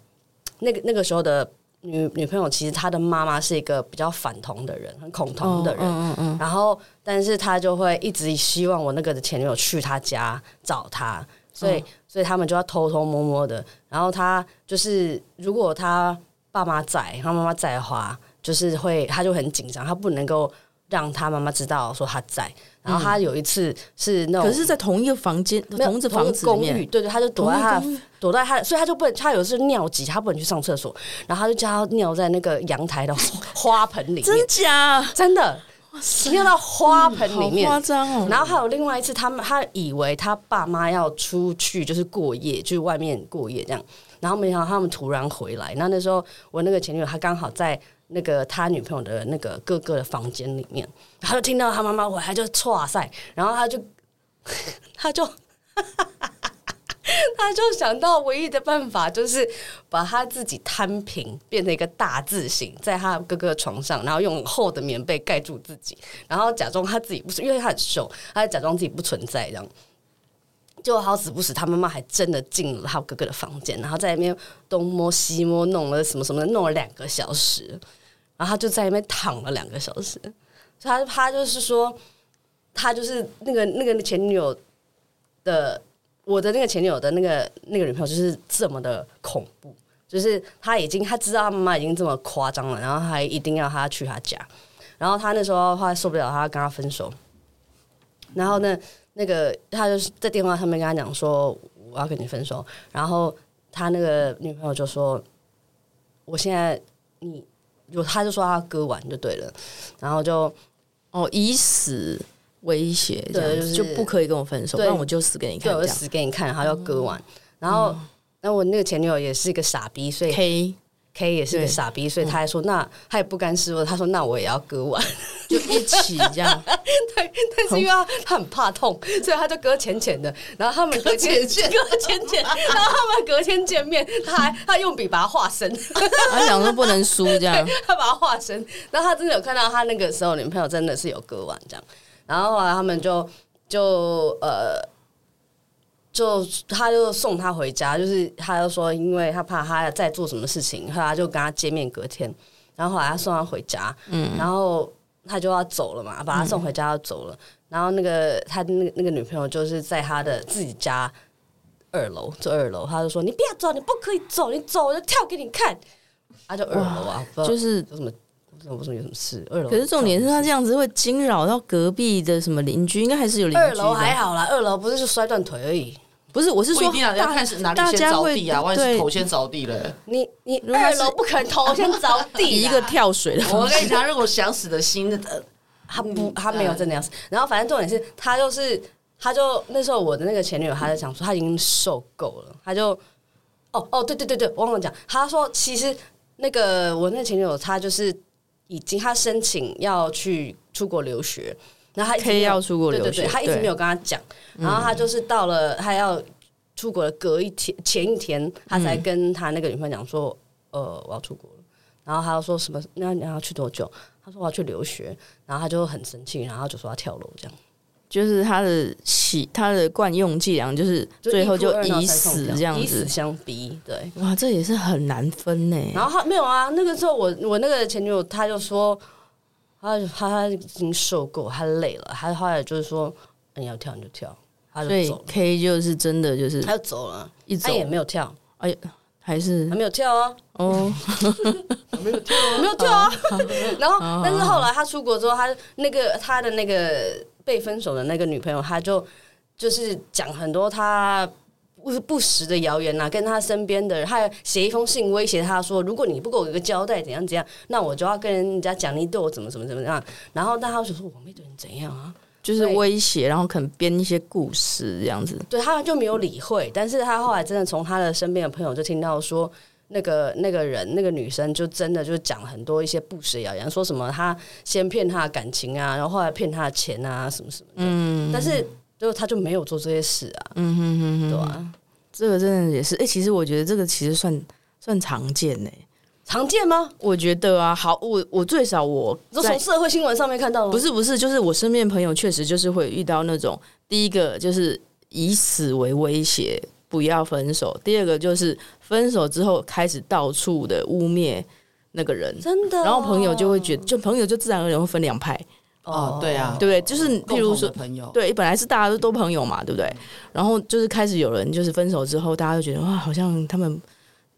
S6: 那个那个时候的女女朋友，其实她的妈妈是一个比较反同的人，很恐同的人。
S1: 嗯嗯嗯，
S6: 然后，但是他就会一直希望我那个的前女友去他家找他，所以、
S1: 嗯
S6: 所以他们就要偷偷摸摸的。然后他就是，如果他爸妈在，他妈妈在的话，就是会他就很紧张，他不能够让他妈妈知道说他在。然后他有一次是那种，
S1: 嗯可是，在同一个房间，
S6: 没有
S1: 同一个房子里
S6: 公
S1: 面
S6: 寓，，对对，他就躲在
S1: 同一个
S6: 他的
S1: 公寓
S6: 躲在他的，所以他就不能，他有一次尿急，他不能去上厕所，然后他就叫他尿在那个阳台的 (laughs) 花盆里面，
S1: 真假？
S6: 真的尿到花盆里面，
S1: 好夸张哦！
S6: 然后还有另外一次，他们他以为他爸妈要出去，就是过夜，去外面过夜这样。然后没想到他们突然回来。那那时候我那个前女友她刚好在那个他女朋友的那个哥哥的房间里面，他就听到他妈妈回来，她就唰塞，然后他就他就他就想到唯一的办法就是把他自己摊平，变成一个大字形，在他哥哥的床上，然后用厚的棉被盖住自己，然后假装他自己不是，因为他很瘦，他就假装自己不存在这样。结果好死不死，他妈妈还真的进了他哥哥的房间，然后在那边东摸西摸，弄了什么什么的，弄了两个小时，然后他就在那边躺了两个小时。所以他他就是说，他就是那个那个前女友的我的那个前女友的那个那个女朋友就是这么的恐怖，就是她已经她知道她妈妈已经这么夸张了，然后还一定要她去她家，然后她那时候她受不了，她跟她分手，然后呢，那个她就是在电话上面跟她讲说我要跟你分手，然后她那个女朋友就说我现在你就她就说她割腕就对了，然后就
S1: 哦，以死威胁这样
S6: 对
S1: 子，
S6: 就
S1: 就是不可以跟我分手，不
S6: 对
S1: 然我就死给你看
S6: 对我
S1: 这
S6: 就
S1: 样。
S6: 死给你看，然后要割腕，然后那我那个前女友也是一个傻逼，所以
S1: K
S6: K 也是个
S1: 对
S6: 傻逼，所以他还说，那他也不甘示弱，他说那我也要割腕，
S1: 就一起这
S6: (laughs)
S1: 样，
S6: 对，但是因为他他很怕痛，所以他就割浅浅的。然后他们隔天割浅浅，然后他们 (laughs) 隔天见面，他还他用笔把它画深，
S1: 他想说不能输这样，
S6: 他把它画深。然后他真的有看到他那个时候女朋友真的是有割腕这样，然后后来他们就就呃。就他就送他回家，就是他就说，因为他怕他再做什么事情，后来他就跟他见面隔天，然后后来他送他回家，嗯，然后他就要走了嘛，把他送回家要走了，然后那个他那个那个女朋友就是在他的自己家二楼，就二楼，他就说你不要走，你不可以走，你走我就跳给你看，他就二楼啊，不知道
S1: 就是。
S6: 有什么。我不知道我说有什么事？二楼。
S1: 可是重点是他这样子会惊扰到隔壁的什么邻居，应该还是有邻居。
S6: 二楼还，好啦，二楼不是就摔断腿而已。
S1: 不是，我是
S7: 不一
S1: 说
S7: 定啊，要
S1: 大
S7: 看是哪里
S1: 大
S7: 先
S1: 家
S7: 着
S1: 会
S7: 地啊，万一是
S1: 对
S7: 头先着
S1: (laughs)
S7: 地了。
S6: 你你
S1: 如果他
S6: 二
S1: 是
S6: 楼不可能头先着地
S7: 啊
S1: 以一
S6: 啦，
S1: 个跳水的
S7: 我
S1: 方式，
S7: 跟你讲，如果想死的心，呃
S6: 他
S1: 嗯
S6: 不，他没有真的要死。然后反正重点是，他就是，他就那时候我的那个前女友，她在想说，她已经受够了，她就，哦哦，对对对对，忘了讲，她说其实那个我那个前女友，她就是已经她申请要去出国留学，然后她一直没有
S1: K 要出国留学
S6: 对对对，她一直
S1: 对嗯
S6: 没有跟她讲，然后她就是到了她要出国的隔一天前一天，她才跟她那个女朋友讲说，呃，我要出国了。然后她就说什么？那你要去多久？她说我要去留学，然后她就很生气，然后就说要跳楼这样。
S1: (laughs) 就是他的喜，他的惯用伎俩就是最后就
S6: 一哭二闹
S1: 以
S6: 三上
S1: 死
S6: 吊
S1: 这样
S6: 以死
S1: 子。
S6: 相逼，对。
S1: 哇，这也是很难分呢。
S6: 然后她没有啊，那个时候我我那个前女友，她就说，她她她已经受够，她累了，她后来就是说，哎你要跳你就跳，她
S1: 所
S6: 就
S1: 以
S6: 走了，
S1: K 就是真的就是
S6: 她就走了，
S1: 一
S6: 她
S1: 走
S6: 也没有跳，
S1: 还是
S6: 她没有跳啊，
S1: 哦，
S6: 没有跳啊。 (laughs) 然后，但是后来他出国之后，他那个他的那个被分手的那个女朋友，他就就是讲很多他。不不实的谣言呐、啊跟他身边的人，还有写一封信威胁他说，如果你不给我一个交代，怎样怎样，那我就要跟人家讲你对我怎么怎么怎么样。然后，但他就说我没对你怎样啊，
S1: 就是
S6: 对
S1: 威胁，然后可能编一些故事这样子。
S6: 对，他就没有理会。但是他后来真的从他的身边的朋友就听到说，那个那个人那个女生就真的就讲很多一些不实的谣言，说什么他先骗他的感情啊，然后后来骗他的钱啊，什么什么的。嗯，但是就他就没有做这些事啊，
S1: 嗯哼哼哼，
S6: 对啊？
S1: 这个真的也是。哎、其实我觉得这个其实算算常见呢。
S6: 常见吗？
S1: 我觉得啊，好，我我最少我
S6: 你说
S1: 在
S6: 从社会新闻上面看到的吗
S1: 不是不是，就是我身边朋友确实就是会遇到那种，第一个就是以死为威胁，不要分手；第二个就是分手之后开始到处的污蔑那个人，
S6: 真的哦、
S1: 然后朋友就会觉得，就朋友就自然而然会分两派，
S7: 哦，对啊，
S1: 对不对？就是譬如
S7: 共同
S1: 说
S7: 的，朋友，
S1: 对，本来是大家都都朋友嘛，对不对？然后就是开始有人就是分手之后，大家就觉得哇，好像他们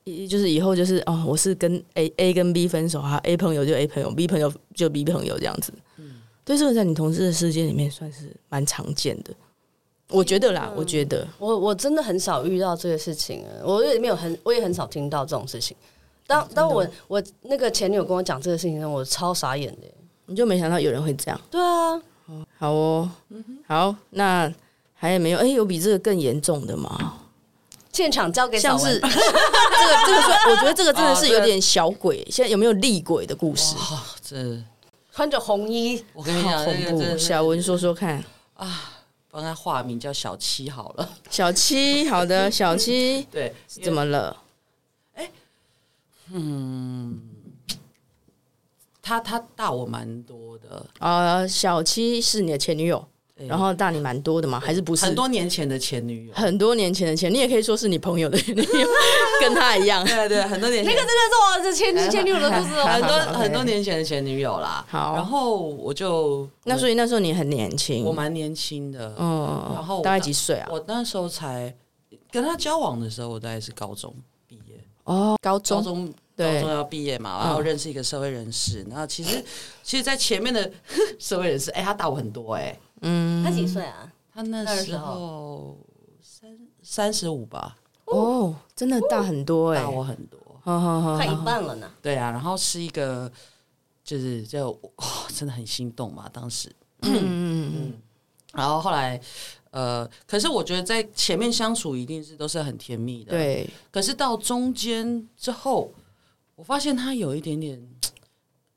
S1: 一就是以后就是哦，我是跟 A A 跟 B 分手啊，A 朋友就 A 朋友，B 朋友就 B 朋友这样子。对，这个在你同事的世界里面算是蛮常见的，我觉得啦，我觉得
S6: 我我真的很少遇到这个事情，呃我也没有很，我也很少听到这种事情。当当我我那个前女友跟我讲这个事情的时候，我超傻眼的耶。
S1: 你就没想到有人会这样。
S6: 对啊，
S1: 好哦，好，那还有没有？哎，有比这个更严重的吗？
S6: 现场交给小
S1: 像
S6: 文
S1: 是这个这个算，我觉得这个真的是有点小鬼。现在有没有厉鬼的故事？
S7: 哇，哦这
S6: 穿着红衣，
S7: 我跟你讲，
S1: 恐
S7: 那个真
S1: 怖！
S7: 的是
S1: 小文说说看，
S7: 帮他化名叫小七好了。
S1: 小七，好的，小七
S7: 对，
S1: 怎么了？
S7: 他他大我蛮多的，
S1: 啊，小七是你的前女友，
S7: 哎
S1: 然后大你蛮多的吗？还是不是？
S7: 很多年前的前女友。
S1: 很多年前的前，你也可以说是你朋友的前女
S7: (laughs)
S1: 友，跟他一样。
S7: 对对，很多年前
S6: 那个真的是我的前前前女友的故事哦。
S7: 很多
S1: OK
S7: 很多年前的前女友啦。
S1: 好
S7: 然后我就
S1: 那所以那时候你很年轻，
S7: 我蛮年轻的，
S1: 嗯，
S7: 然后我
S1: 大概几岁啊？
S7: 我那时候才跟他交往的时候，我大概是高中毕业，
S1: 哦，高
S7: 高
S1: 中
S7: 中
S1: 对嗯
S7: 高中要毕业嘛，然后认识一个社会人士，然后其实其实，在前面的 (laughs) 社会人士，哎、他大我很多、哎，
S1: 嗯，
S6: 他几岁啊？
S7: 他那时
S6: 时
S7: 候三三十五吧，
S1: 哦，真的大很多哎
S7: 大，我很多，
S1: 好好好
S6: 快一半了呢。
S7: 对啊，然后是一个就是就、哦、真的很心动嘛，当时，
S1: 嗯，
S7: 然后后来。呃，可是我觉得在前面相处一定是都是很甜蜜的，
S1: 对，
S7: 可是到中间之后，我发现他有一点点，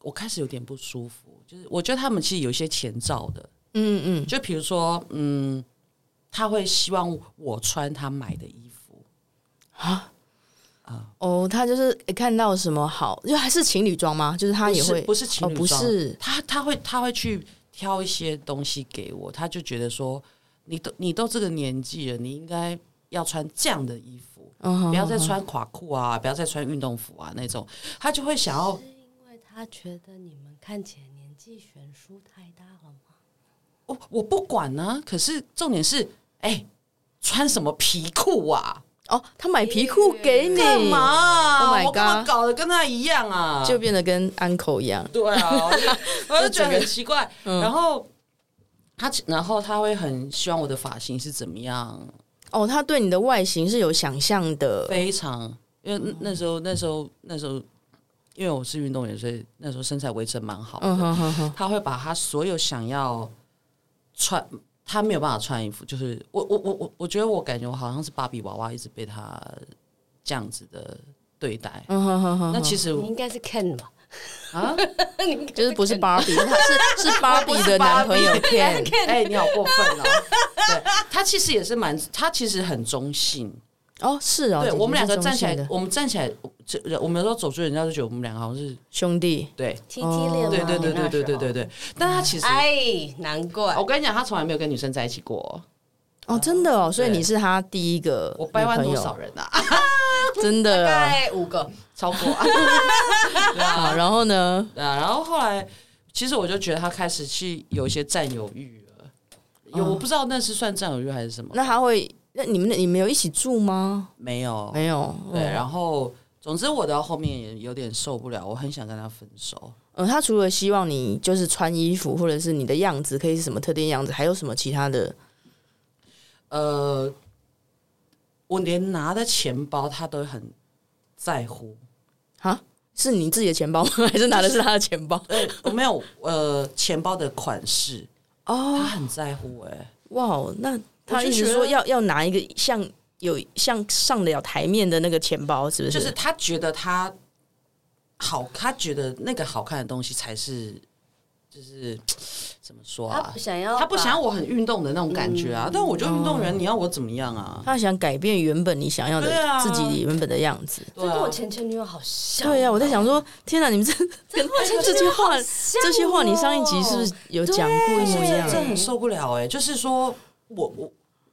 S7: 我开始有点不舒服。就是我觉得他们其实有一些前兆的，
S1: 嗯嗯，
S7: 就比如说，嗯，他会希望我穿他买的衣服，
S1: 啊
S7: 啊
S1: 哦，他就是看到什么好，就还是情侣装吗？就是他也会
S7: 不是不是情
S1: 哦，
S7: 侣
S1: 不
S7: 装
S1: 是，
S7: 他他会他会去挑一些东西给我，他就觉得说，你都你都这个年纪了，你应该要穿这样的衣服，
S1: 嗯哼，
S7: 不要再穿垮裤啊，不要再穿运动服啊那种，他就会想要
S6: 因为他觉得你们看起来年纪悬殊太大了吗？
S7: 我我不管呢、可是重点是，哎、穿什么皮裤啊？
S1: 哦，他买皮裤给你
S7: 干嘛、啊
S1: 嗯 Oh my
S7: 我干嘛
S1: God
S7: 搞得跟他一样啊？
S1: 就变得跟 uncle 一样，
S7: 对
S1: (laughs)
S7: 啊，我就我就觉得很奇怪。
S1: 嗯
S7: 然后他，然后他会很希望我的发型是怎么样，
S1: 哦，他对你的外形是有想象的，
S7: 非常，因为那那时候那时候那时候，因为我是运动员，所以那时候身材维持得蛮好的。
S1: 嗯哼哼哼，
S7: 他会把他所有想要穿，他没有办法穿衣服，就是我我我我我觉得我感觉我好像是芭比娃娃，一直被他这样子的对待。
S1: 嗯哼哼哼，
S7: 那其实
S6: 你应该是 Ken 吧？ (laughs)
S7: 啊，
S1: 就是不是芭比，
S7: (laughs)
S1: 他是是芭比的男朋友 Ken，
S7: 哎、你好过分哦！ (laughs) 对他其实也是蛮，他其实很中性。
S1: 哦，是哦，
S7: 对
S1: 姐姐
S7: 我们两个
S1: 是中
S7: 站起
S1: 性
S7: 来
S1: 的，
S7: 我们站起来，这我们有时候走出去，人家就觉得我们两个好像是
S1: 兄弟，
S7: 对，
S6: T T 恋吗？
S7: 对对对对对对
S6: 你那时候
S7: 对。对。但他其实，
S6: 哎，难怪
S7: 我跟你讲，他从来没有跟女生在一起过哦。
S1: 哦，真的哦，所以你是他第一个
S7: 我掰弯
S1: 女朋
S7: 多
S1: 友
S7: 少人啊？
S1: (laughs)
S7: (laughs)
S1: 真的
S6: 大
S1: 啊
S6: 概五个，
S7: 超过。
S1: 好，啊然后呢？
S7: 对啊，然后后来其实我就觉得他开始去有一些占有欲了，有、我不知道那是算占有欲还是什么，
S1: 嗯那他会？那你们你们有一起住吗？
S7: 没有，
S1: 没有。
S7: 哦对，
S6: 哦
S1: 嗯
S7: 然后总之我到后面也有点受不了，我很想跟他分手。
S1: 呃，他除了希望你就是穿衣服，或者是你的样子可以是什么特定样子，还有什么其他的？
S7: 呃，我连拿的钱包他都很在乎，
S1: 是你自己的钱包吗？ (laughs) 还是拿的是他的钱包？
S7: 呃， (laughs) 我没有呃钱包的款式，他
S1: 哦，
S7: 很在乎哎、
S1: 哇哦，那他
S7: 我就
S1: 一直
S7: 觉
S1: 说
S7: 得
S1: 要要拿一个像有像上得了台面的那个钱包，是不
S7: 就是他觉得他好，他觉得那个好看的东西才是，就是怎么说
S6: 他
S7: 啊
S6: 不？想要，嗯
S7: 他不想要我很运动的那种感觉啊，但我就运动人，你要我怎么样啊？
S1: 他想改变原本你想要的、
S7: 对啊
S1: 自己原本的样子。
S6: 这
S7: 对
S6: 跟我
S7: 啊，
S6: 前前女友好像。
S1: 对呀、啊我在想说，天哪，你 (laughs) 们这跟这句话，
S6: 哦
S1: 这些话，你上一集是不是有讲过一模一样
S7: 这？很受不了哎、就是说我我，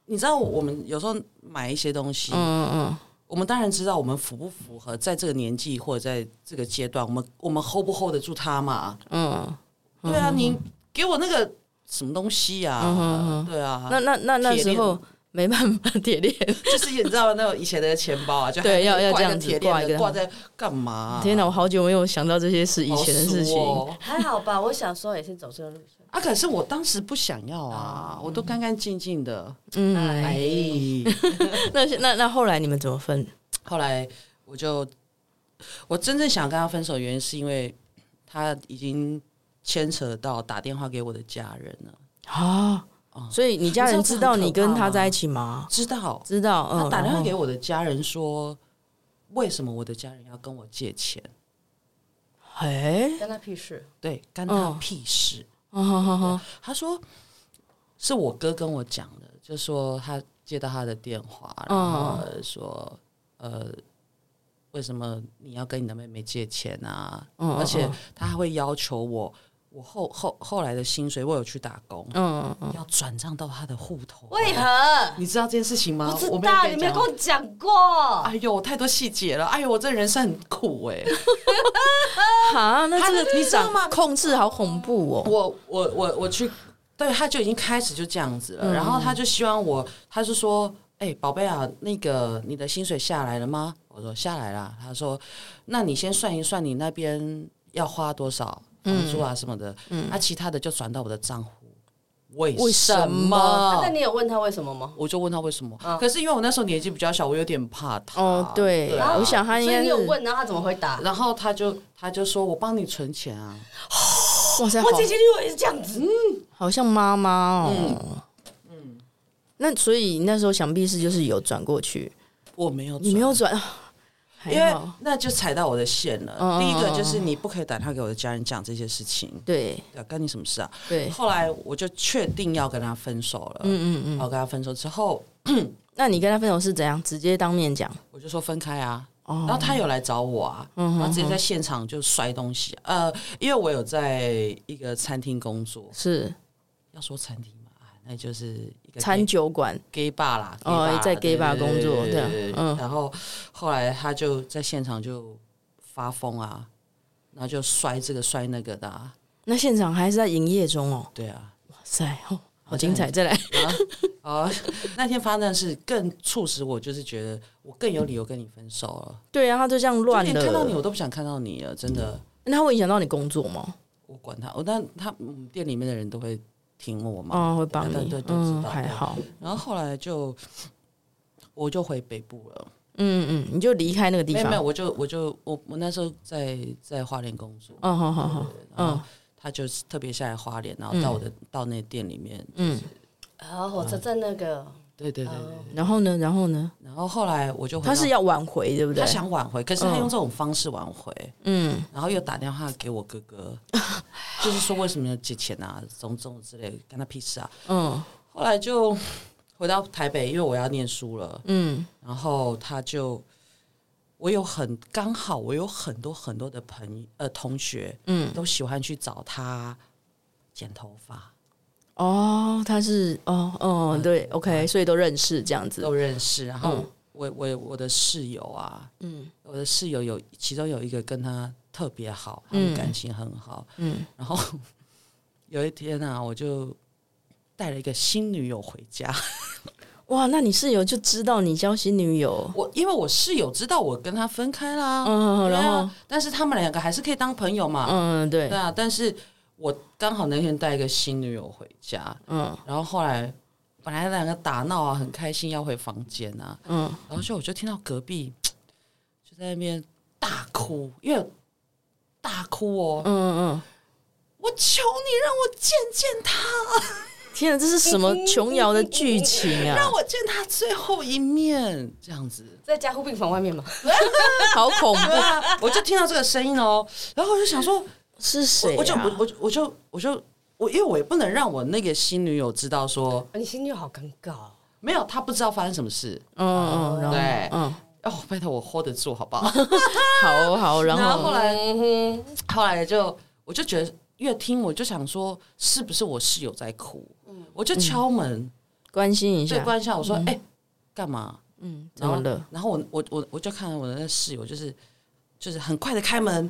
S7: 你知道我们有时候买一些东西，
S1: 嗯嗯
S7: 我们当然知道我们符不符合在这个年纪或者在这个阶段，我们我们 hold 不 hold 得住它嘛？
S1: 嗯
S7: 对啊，你给我那个什么东西呀、啊？对啊，
S1: 嗯，那那那那
S7: 铁
S1: 时
S7: 链
S1: 候没办法，铁链。
S7: 就是你知道那种以前的钱包啊，就还
S1: 对要
S7: 挂一个
S1: 要这样子
S7: 铁
S1: 挂一
S7: 链
S1: 个
S7: 的挂在干嘛啊、
S1: 天哪，我好久没有想到这些事以
S7: 好
S1: 前的事
S7: 俗
S1: 情。
S7: 哦
S6: 还好吧，我小时候也是走这个路线。
S7: 啊！可是我当时不想要啊，我都干干净净的。
S1: 嗯，
S7: 哎
S6: 哎，，
S1: 那那那后来你们怎么分？
S7: 后来我就我真正想跟他分手，原因是因为他已经牵扯到打电话给我的家人了。
S1: 啊所以你家人知道你跟他在一起吗？
S7: 知道，
S1: 知道，嗯，
S7: 他打电
S1: 然
S7: 话
S1: 后
S7: 给我的家人说，为什么我的家人要跟我借钱？
S1: 哎，
S6: 干他屁事！
S7: 对，干他屁事。
S1: 嗯哼哼哼，
S7: 他说是我哥跟我讲的，就说他接到他的电话，
S6: 哦
S7: 然
S1: 嗯
S7: 后说呃，为什么你要跟你的妹妹借钱啊？
S1: 嗯嗯
S7: 而且
S1: 嗯
S7: 他还会要求我，我后后后来的薪水我有去打工，
S1: 嗯嗯
S7: 要转账到他的户头。啊
S6: 为何？
S7: 你知道这件事情吗？
S6: 不知
S7: 我没有
S6: 道，
S7: 跟
S6: 你
S7: 你
S6: 啊没有
S7: 讲
S6: 跟我讲哦过。
S7: 哎呦，太多细节了！哎呦，我这人生很苦哎、
S1: 嗯，哈，那这个
S7: 他
S1: 你
S7: 你知道
S1: 长
S7: 吗
S1: 控制好恐怖哦，
S7: 我我我我去，对，他就已经开始就这样子了，然后
S1: 嗯
S7: 他就希望我，他就说，哎、宝贝啊，那个你的薪水下来了吗？我说下来了。他说，那你先算一算你那边要花多少
S1: 嗯
S7: 房租啊什么的，那、其他的就转到我的账户。为
S1: 为什么
S6: 啊那你嗯有问他为什么吗？
S7: 我就问他为什么？可是因为我那时候年纪比较小，我有点怕他。
S1: 哦，对，
S7: 啊
S1: 我想他应
S6: 所以
S1: 该
S6: 你
S1: 是
S6: 有，问，然后他怎么回答？
S7: 然后他就他就说我帮你存钱啊。
S1: 哇塞，好嗯
S6: 我姐姐我也是这样子，嗯
S1: 好像妈妈哦，那所以那时候想必是就是有转过去，
S7: 我没有，
S1: 你没有，转，
S7: 因
S1: 还
S7: 为
S1: 好，
S7: 那就踩到我的线了。
S1: 嗯
S7: 第一个就是你不可以打电话给我的家人讲这些事情，
S1: 对
S7: 对啊，干你什么事啊？
S1: 对，
S7: 后来我就确定要跟他分手了。
S1: 嗯嗯嗯，
S7: 然后跟他分手之后，
S1: 那你跟他分手是怎样？直接当面讲
S7: 我就说分开啊。
S1: 哦
S7: 然后他有来找我啊，
S1: 嗯哼
S7: 然后直接在现场就摔东西。呃，因为我有在一个餐厅工作，
S1: 是
S7: 要说餐厅嘛，啊那就是一个
S1: 餐酒馆，
S7: gay bar 啦，
S1: 哦
S7: gay bar，
S1: 在 gay bar
S7: 对
S1: 工作
S7: 对
S1: 这样
S7: 对对对
S1: 嗯
S7: 然后后来他就在现场就发疯啊，然后就摔这个摔那个的、啊，
S1: 那现场还是在营业中哦，
S7: 对啊。
S1: 哇塞，哦，好精彩，再来， (laughs)
S7: 啊， (laughs) 那天发生的事更促使我，就是觉得我更有理由跟你分手了。
S1: 对啊，他就这样
S7: 就
S1: 乱
S7: 连
S1: 的，
S7: 看到你我都不想看到你了，真的。
S1: 那他会影响到你工作吗？
S7: 我管他，我但他嗯店里面的人都会听我嘛。
S1: 哦，会帮
S7: 对
S1: 你，
S7: 对对对
S1: 嗯，
S7: 知道
S1: 还好，
S7: 然后后来就我就回北部了。
S1: 嗯嗯，你就离开那个地
S7: 没有
S1: 方
S7: 没，有，我就我就我我那时候在在花莲工作，
S1: 哦，好好好，
S7: 嗯
S1: 嗯，
S7: 他就特别下来花莲，然后到我的、到那店里面，
S1: 嗯，
S6: 然后火车站那个，。
S7: 对对对对。
S1: 然后呢，然后呢，
S7: 哦然后后来我就回到
S1: 他是要挽回，对不对
S7: 他？想挽回，可是他用这种方式挽回，
S1: 嗯，
S7: 然后又打电话给我哥 (laughs) 哥，就是说为什么要借钱啊，种种之类的，干他屁事啊。
S1: 嗯
S7: 后来就回到台北，因为我要念书了，
S1: 嗯
S7: 然后他就。我有很刚好，我有很多很多的朋友呃同学，
S1: 嗯，
S7: 都喜欢去找他剪头发，
S1: 哦，他是哦
S7: 嗯
S1: 哦，对，OK，所以都认识这样子，
S7: 都认识。然后
S1: 嗯
S7: 我、我我的室友啊，
S1: 嗯
S7: 我的室友有其中有一个跟他特别好，他们
S1: 嗯
S7: 感情很好。
S1: 嗯，
S7: 然后 (laughs) 有一天啊，我就带了一个新女友回家。 (laughs)
S1: 哇，那你室友就知道你交新女友，
S7: 我因为我室友知道我跟他分开啦，
S1: 嗯，
S7: 对啊
S1: 然后
S7: 但是他们两个还是可以当朋友嘛。
S1: 嗯对
S7: 对，啊，但是我刚好那天带一个新女友回家，
S1: 嗯
S7: 然后后来本来两个打闹啊，很开心要回房间啊，
S1: 嗯
S7: 然后就我就听到隔壁就在那边大哭，因为大哭哦，
S1: 嗯嗯，
S7: 我求你让我见见他，
S1: 天啊哪，这是什
S7: (laughs)
S1: 么琼瑶的剧情啊
S7: 让？我见他最后一面，这样
S1: (laughs)
S7: 子
S6: 在加护病房外面嘛，
S1: 好恐怖
S7: (laughs) 对，啊，我就听到这个声音哦，然后我就想说，
S1: 是
S7: 我
S1: 谁啊？
S7: 我就我我就我就我就我，因为我也不能让我那个新女友知道
S1: 哦
S7: 说
S6: 啊你心里好尴尬哦。
S7: 没有，她不知道发生什么事。
S1: 嗯嗯，然后
S7: 对
S1: 嗯，
S7: 哦，拜托我 hold 得住好不好？
S1: 好好，然
S7: 然后
S1: 后
S7: 后来，后来就我就觉得越听我就想说，是不是我室友在哭？我就敲门，
S1: 关心一
S7: 对，
S1: 下，
S7: 关一下，我说，哎、干嘛？
S1: 嗯，怎
S7: 然
S1: 么
S7: 后
S1: 了？？
S7: 然后我我我我就看到我的那室友，就是就是很快的开门，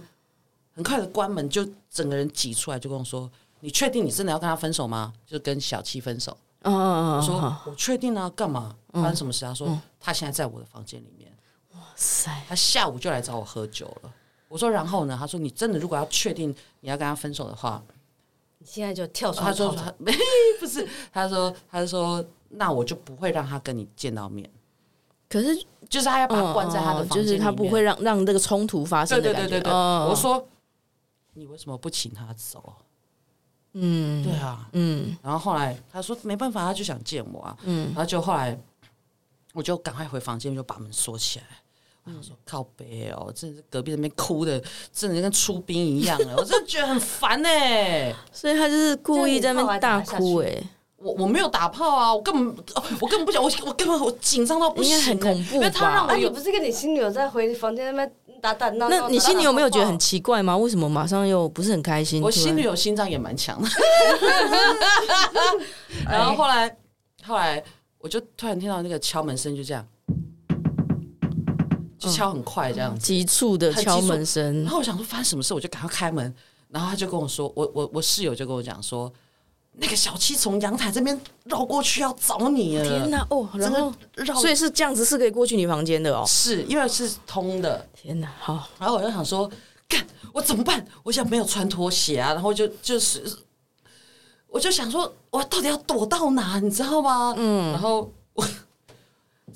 S7: 很快的关门，就整个人挤出来，就跟我说。你确定你真的要跟他分手吗？就跟小七分手。
S1: 嗯嗯
S7: 我
S1: 嗯，
S7: 说、
S1: 好
S7: 我确定啊，干嘛？发生什么事？他说、他现在在我的房间里面。
S1: 塞，
S7: 他下午就来找我喝酒了。我说，然后呢？他说，你真的如果要确定你要跟他分手的话，
S6: 你现在就跳出来
S1: 啊
S7: 他
S6: 逃
S1: 哦
S7: 说
S6: 走，
S7: 他 (laughs) 没不是，他说他说那我就不会让他跟你见到面，
S1: 可是
S7: 就是他要把他关在他的
S1: 嗯嗯
S7: 房间
S1: 就
S7: 里面
S1: 是他不会让让这个冲突发
S7: 对
S1: 生的
S7: 对
S1: 感觉。
S7: 对
S1: 嗯嗯
S7: 对对。
S1: 嗯嗯
S7: 我说你为什么不请他走？对啊，
S1: 嗯
S7: 然后后来他说没办法，他就想见我啊，然
S1: 嗯，
S7: 后就后来我就赶快回房间，就把门锁起来。我想说靠北哦，真的是隔壁那边哭的，真的跟出兵一样啊了，我真的觉得很烦呢、
S1: 所以他就是故意在那边大哭哎、
S7: 我我没有打炮啊，我根本我根本不想，我我根本我紧张到不行、欸
S1: 应该很恐怖吧哎
S7: 因为他让
S6: 啊，
S7: 我
S6: 你
S7: 有
S6: 不是跟你心里有在回房间那边打打闹闹？
S1: 那你
S6: 打打
S1: 心里有没有
S6: 闹哦
S1: 觉
S6: 闹
S1: 得很奇怪吗？为什么马上又不是很开心？
S7: 我心里
S1: 突
S7: 有心脏也蛮强
S1: (laughs)
S7: 的。
S1: 哎
S7: 然后后来后来我就突然听到那个敲门声，就这样，
S1: 嗯
S7: 就敲很快这样
S1: 然
S7: 子。
S1: 急促的敲门
S7: 然
S1: 声，嗯
S7: 后我想说发生什么事，我就赶快开门。然后他就跟我说，我我我室友就跟我讲说，那个小七从阳台这边绕过去要找你了。
S1: 天哪哦，然后
S7: 这个绕
S1: 所以是这样子是可以过去你房间的哦，
S7: 是因为是通的，
S1: 天哪，好，
S7: 然后我就想说，干我怎么办？我想没有穿拖鞋啊，然后就就是，我就想说，我到底要躲到哪，你知道吗？嗯，然后我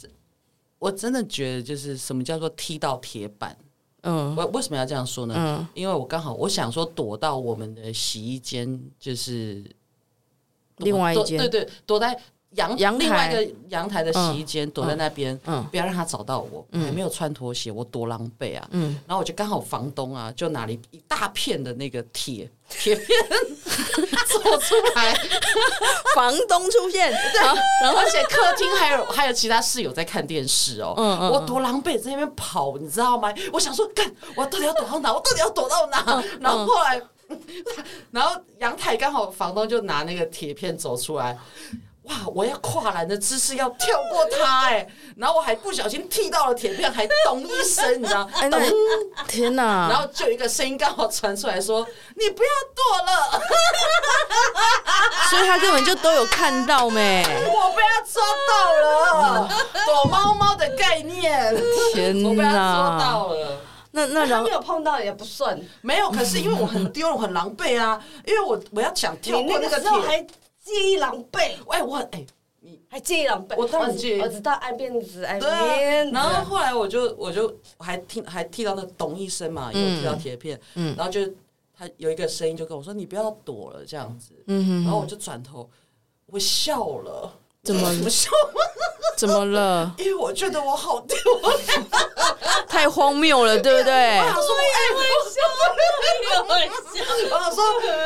S7: (laughs) 我真的觉得就是什么叫做踢到铁板。
S1: 嗯
S7: (laughs) 我为什么要这样说呢？
S1: 嗯
S7: 因为我刚好我想说躲到我们的洗衣间，就是躲
S1: 另外一间
S7: 躲对对，躲在阳
S1: 阳台
S7: 另外一个阳台的洗衣间，躲在那边，
S1: 嗯
S7: 不要让他找到我，我还没有穿拖鞋，我多狼狈啊！
S1: 嗯，
S7: 然后我就刚好房东啊，就拿了一一大片的那个铁铁片 (laughs) 做出来，
S1: 房东出现，好然后
S7: 而且客厅还有还有其他室友在看电视哦，
S1: 嗯嗯
S7: 我多狼狈在那边跑，你知道吗？我想说，干，我到底要躲到哪？我到底要躲到
S1: 嗯
S7: 哪？然后后来， (laughs) 然后阳台刚好房东就拿那个铁片走出来。哇！我要跨栏的姿势要跳过它哎、然后我还不小心踢到了铁片，还咚一声，你知道？
S1: (laughs) 哎
S7: 咚
S1: 那天哪，
S7: 然后就有一个声音刚好传出来说：“你不要躲了， (laughs)
S1: 所以他根本就都有看到没，
S7: 我被他抓到了，
S1: 嗯
S7: 躲猫猫的概念。”
S1: 天
S7: 我被他抓
S1: 哪，
S7: 到了。
S1: 那那然
S6: 他
S1: 后
S6: 没有碰到也不算，
S7: 没有，可是因为我很丢人，我很狼狈啊！因为我我要想跳
S6: 你
S7: 过
S6: 那
S7: 那
S6: 个
S7: 个
S6: 时候
S7: 铁，
S6: 还介意狼狈，
S7: 哎、我哎、
S6: 还介意狼狈。
S7: 我当然介意
S6: 我知道爱面子，爱
S7: 对
S1: 哎
S7: 啊
S6: 面，子。
S7: 然后后来我就我就我还听还踢到那个咚一声嘛，因为我踢到铁片，
S1: 嗯
S7: 然后就他有一个声音就跟我说：“你不要躲了，这样子。”
S1: 嗯
S7: 然后
S1: 哼，
S7: 我就转头，我笑了，
S1: 怎么
S7: 我笑？
S1: 怎么了？
S7: 因为我觉得我好丢
S1: (laughs)
S7: 脸，
S1: 太荒谬了，对不对
S7: 我？想说，哎，我也笑，我想说，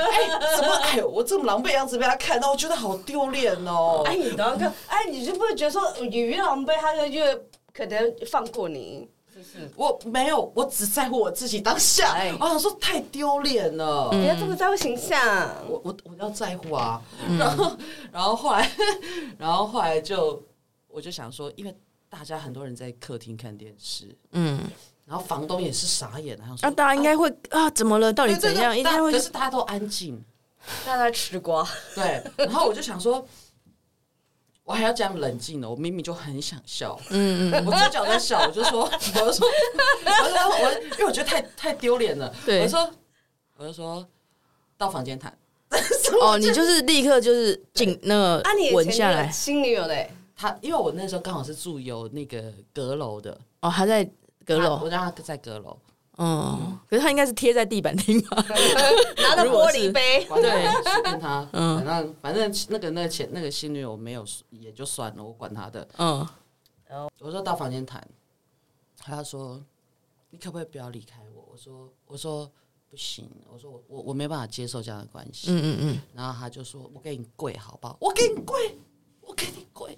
S7: 哎，怎么哎，我这么狼狈样子被他看到，我觉得好丢脸哦。
S6: 哎，你等看，哎，你就不会觉得说你越狼狈，他就越可能放过你？
S7: 我没有，我只在乎我自己当下。
S6: 哎
S7: 我想说太丢脸了，
S6: 不哎要这么在乎形象。
S7: 我我我要在乎啊。
S1: 嗯
S7: 然后然后后来， (laughs) 然后后来就我就想说，因为大家很多人在客厅看电视，
S1: 嗯，
S7: 然后房东也是傻眼，然后
S1: 那
S7: 说
S1: 大家应该会啊，怎么了？到底
S7: 哦对
S1: 怎
S7: 对
S1: 样？
S7: 对
S1: 应该会
S7: 可是大家都安静，
S6: 让他吃瓜，
S7: 对。然后我就想说。我还要这样冷静的，我明明就很想笑，嗯嗯，我嘴角在笑，我就说，我就说，我就说，我因为我觉得太太丢脸了，
S1: 对
S7: 我就说，我就说到房间谈。
S1: 哦，你就是立刻就是紧那个
S6: 啊，你以
S1: 稳
S6: 前
S1: 下
S6: 那个
S1: 来
S6: 心里有嘞，
S7: 他因为我那时候刚好是住有那个阁楼的
S1: 哦，还在阁
S7: 他我
S1: 楼，
S7: 让他在阁
S1: (laughs)
S7: 楼，
S1: 嗯，可是他应该是贴在地板听啊
S7: (laughs)
S1: 吧？
S6: 拿着玻璃杯，
S7: 管他随便他，
S1: 嗯
S7: 反正反正那个那个前那个新女友没有也就算了，我管他的。
S1: 嗯，
S7: 我说到房间谈，他说你可不可以不要离开我？我说我说不行，我说我我我没办法接受这样的关系。
S1: 嗯嗯嗯，
S7: 然后他就说我给你跪好不好？我给你跪，我给你跪。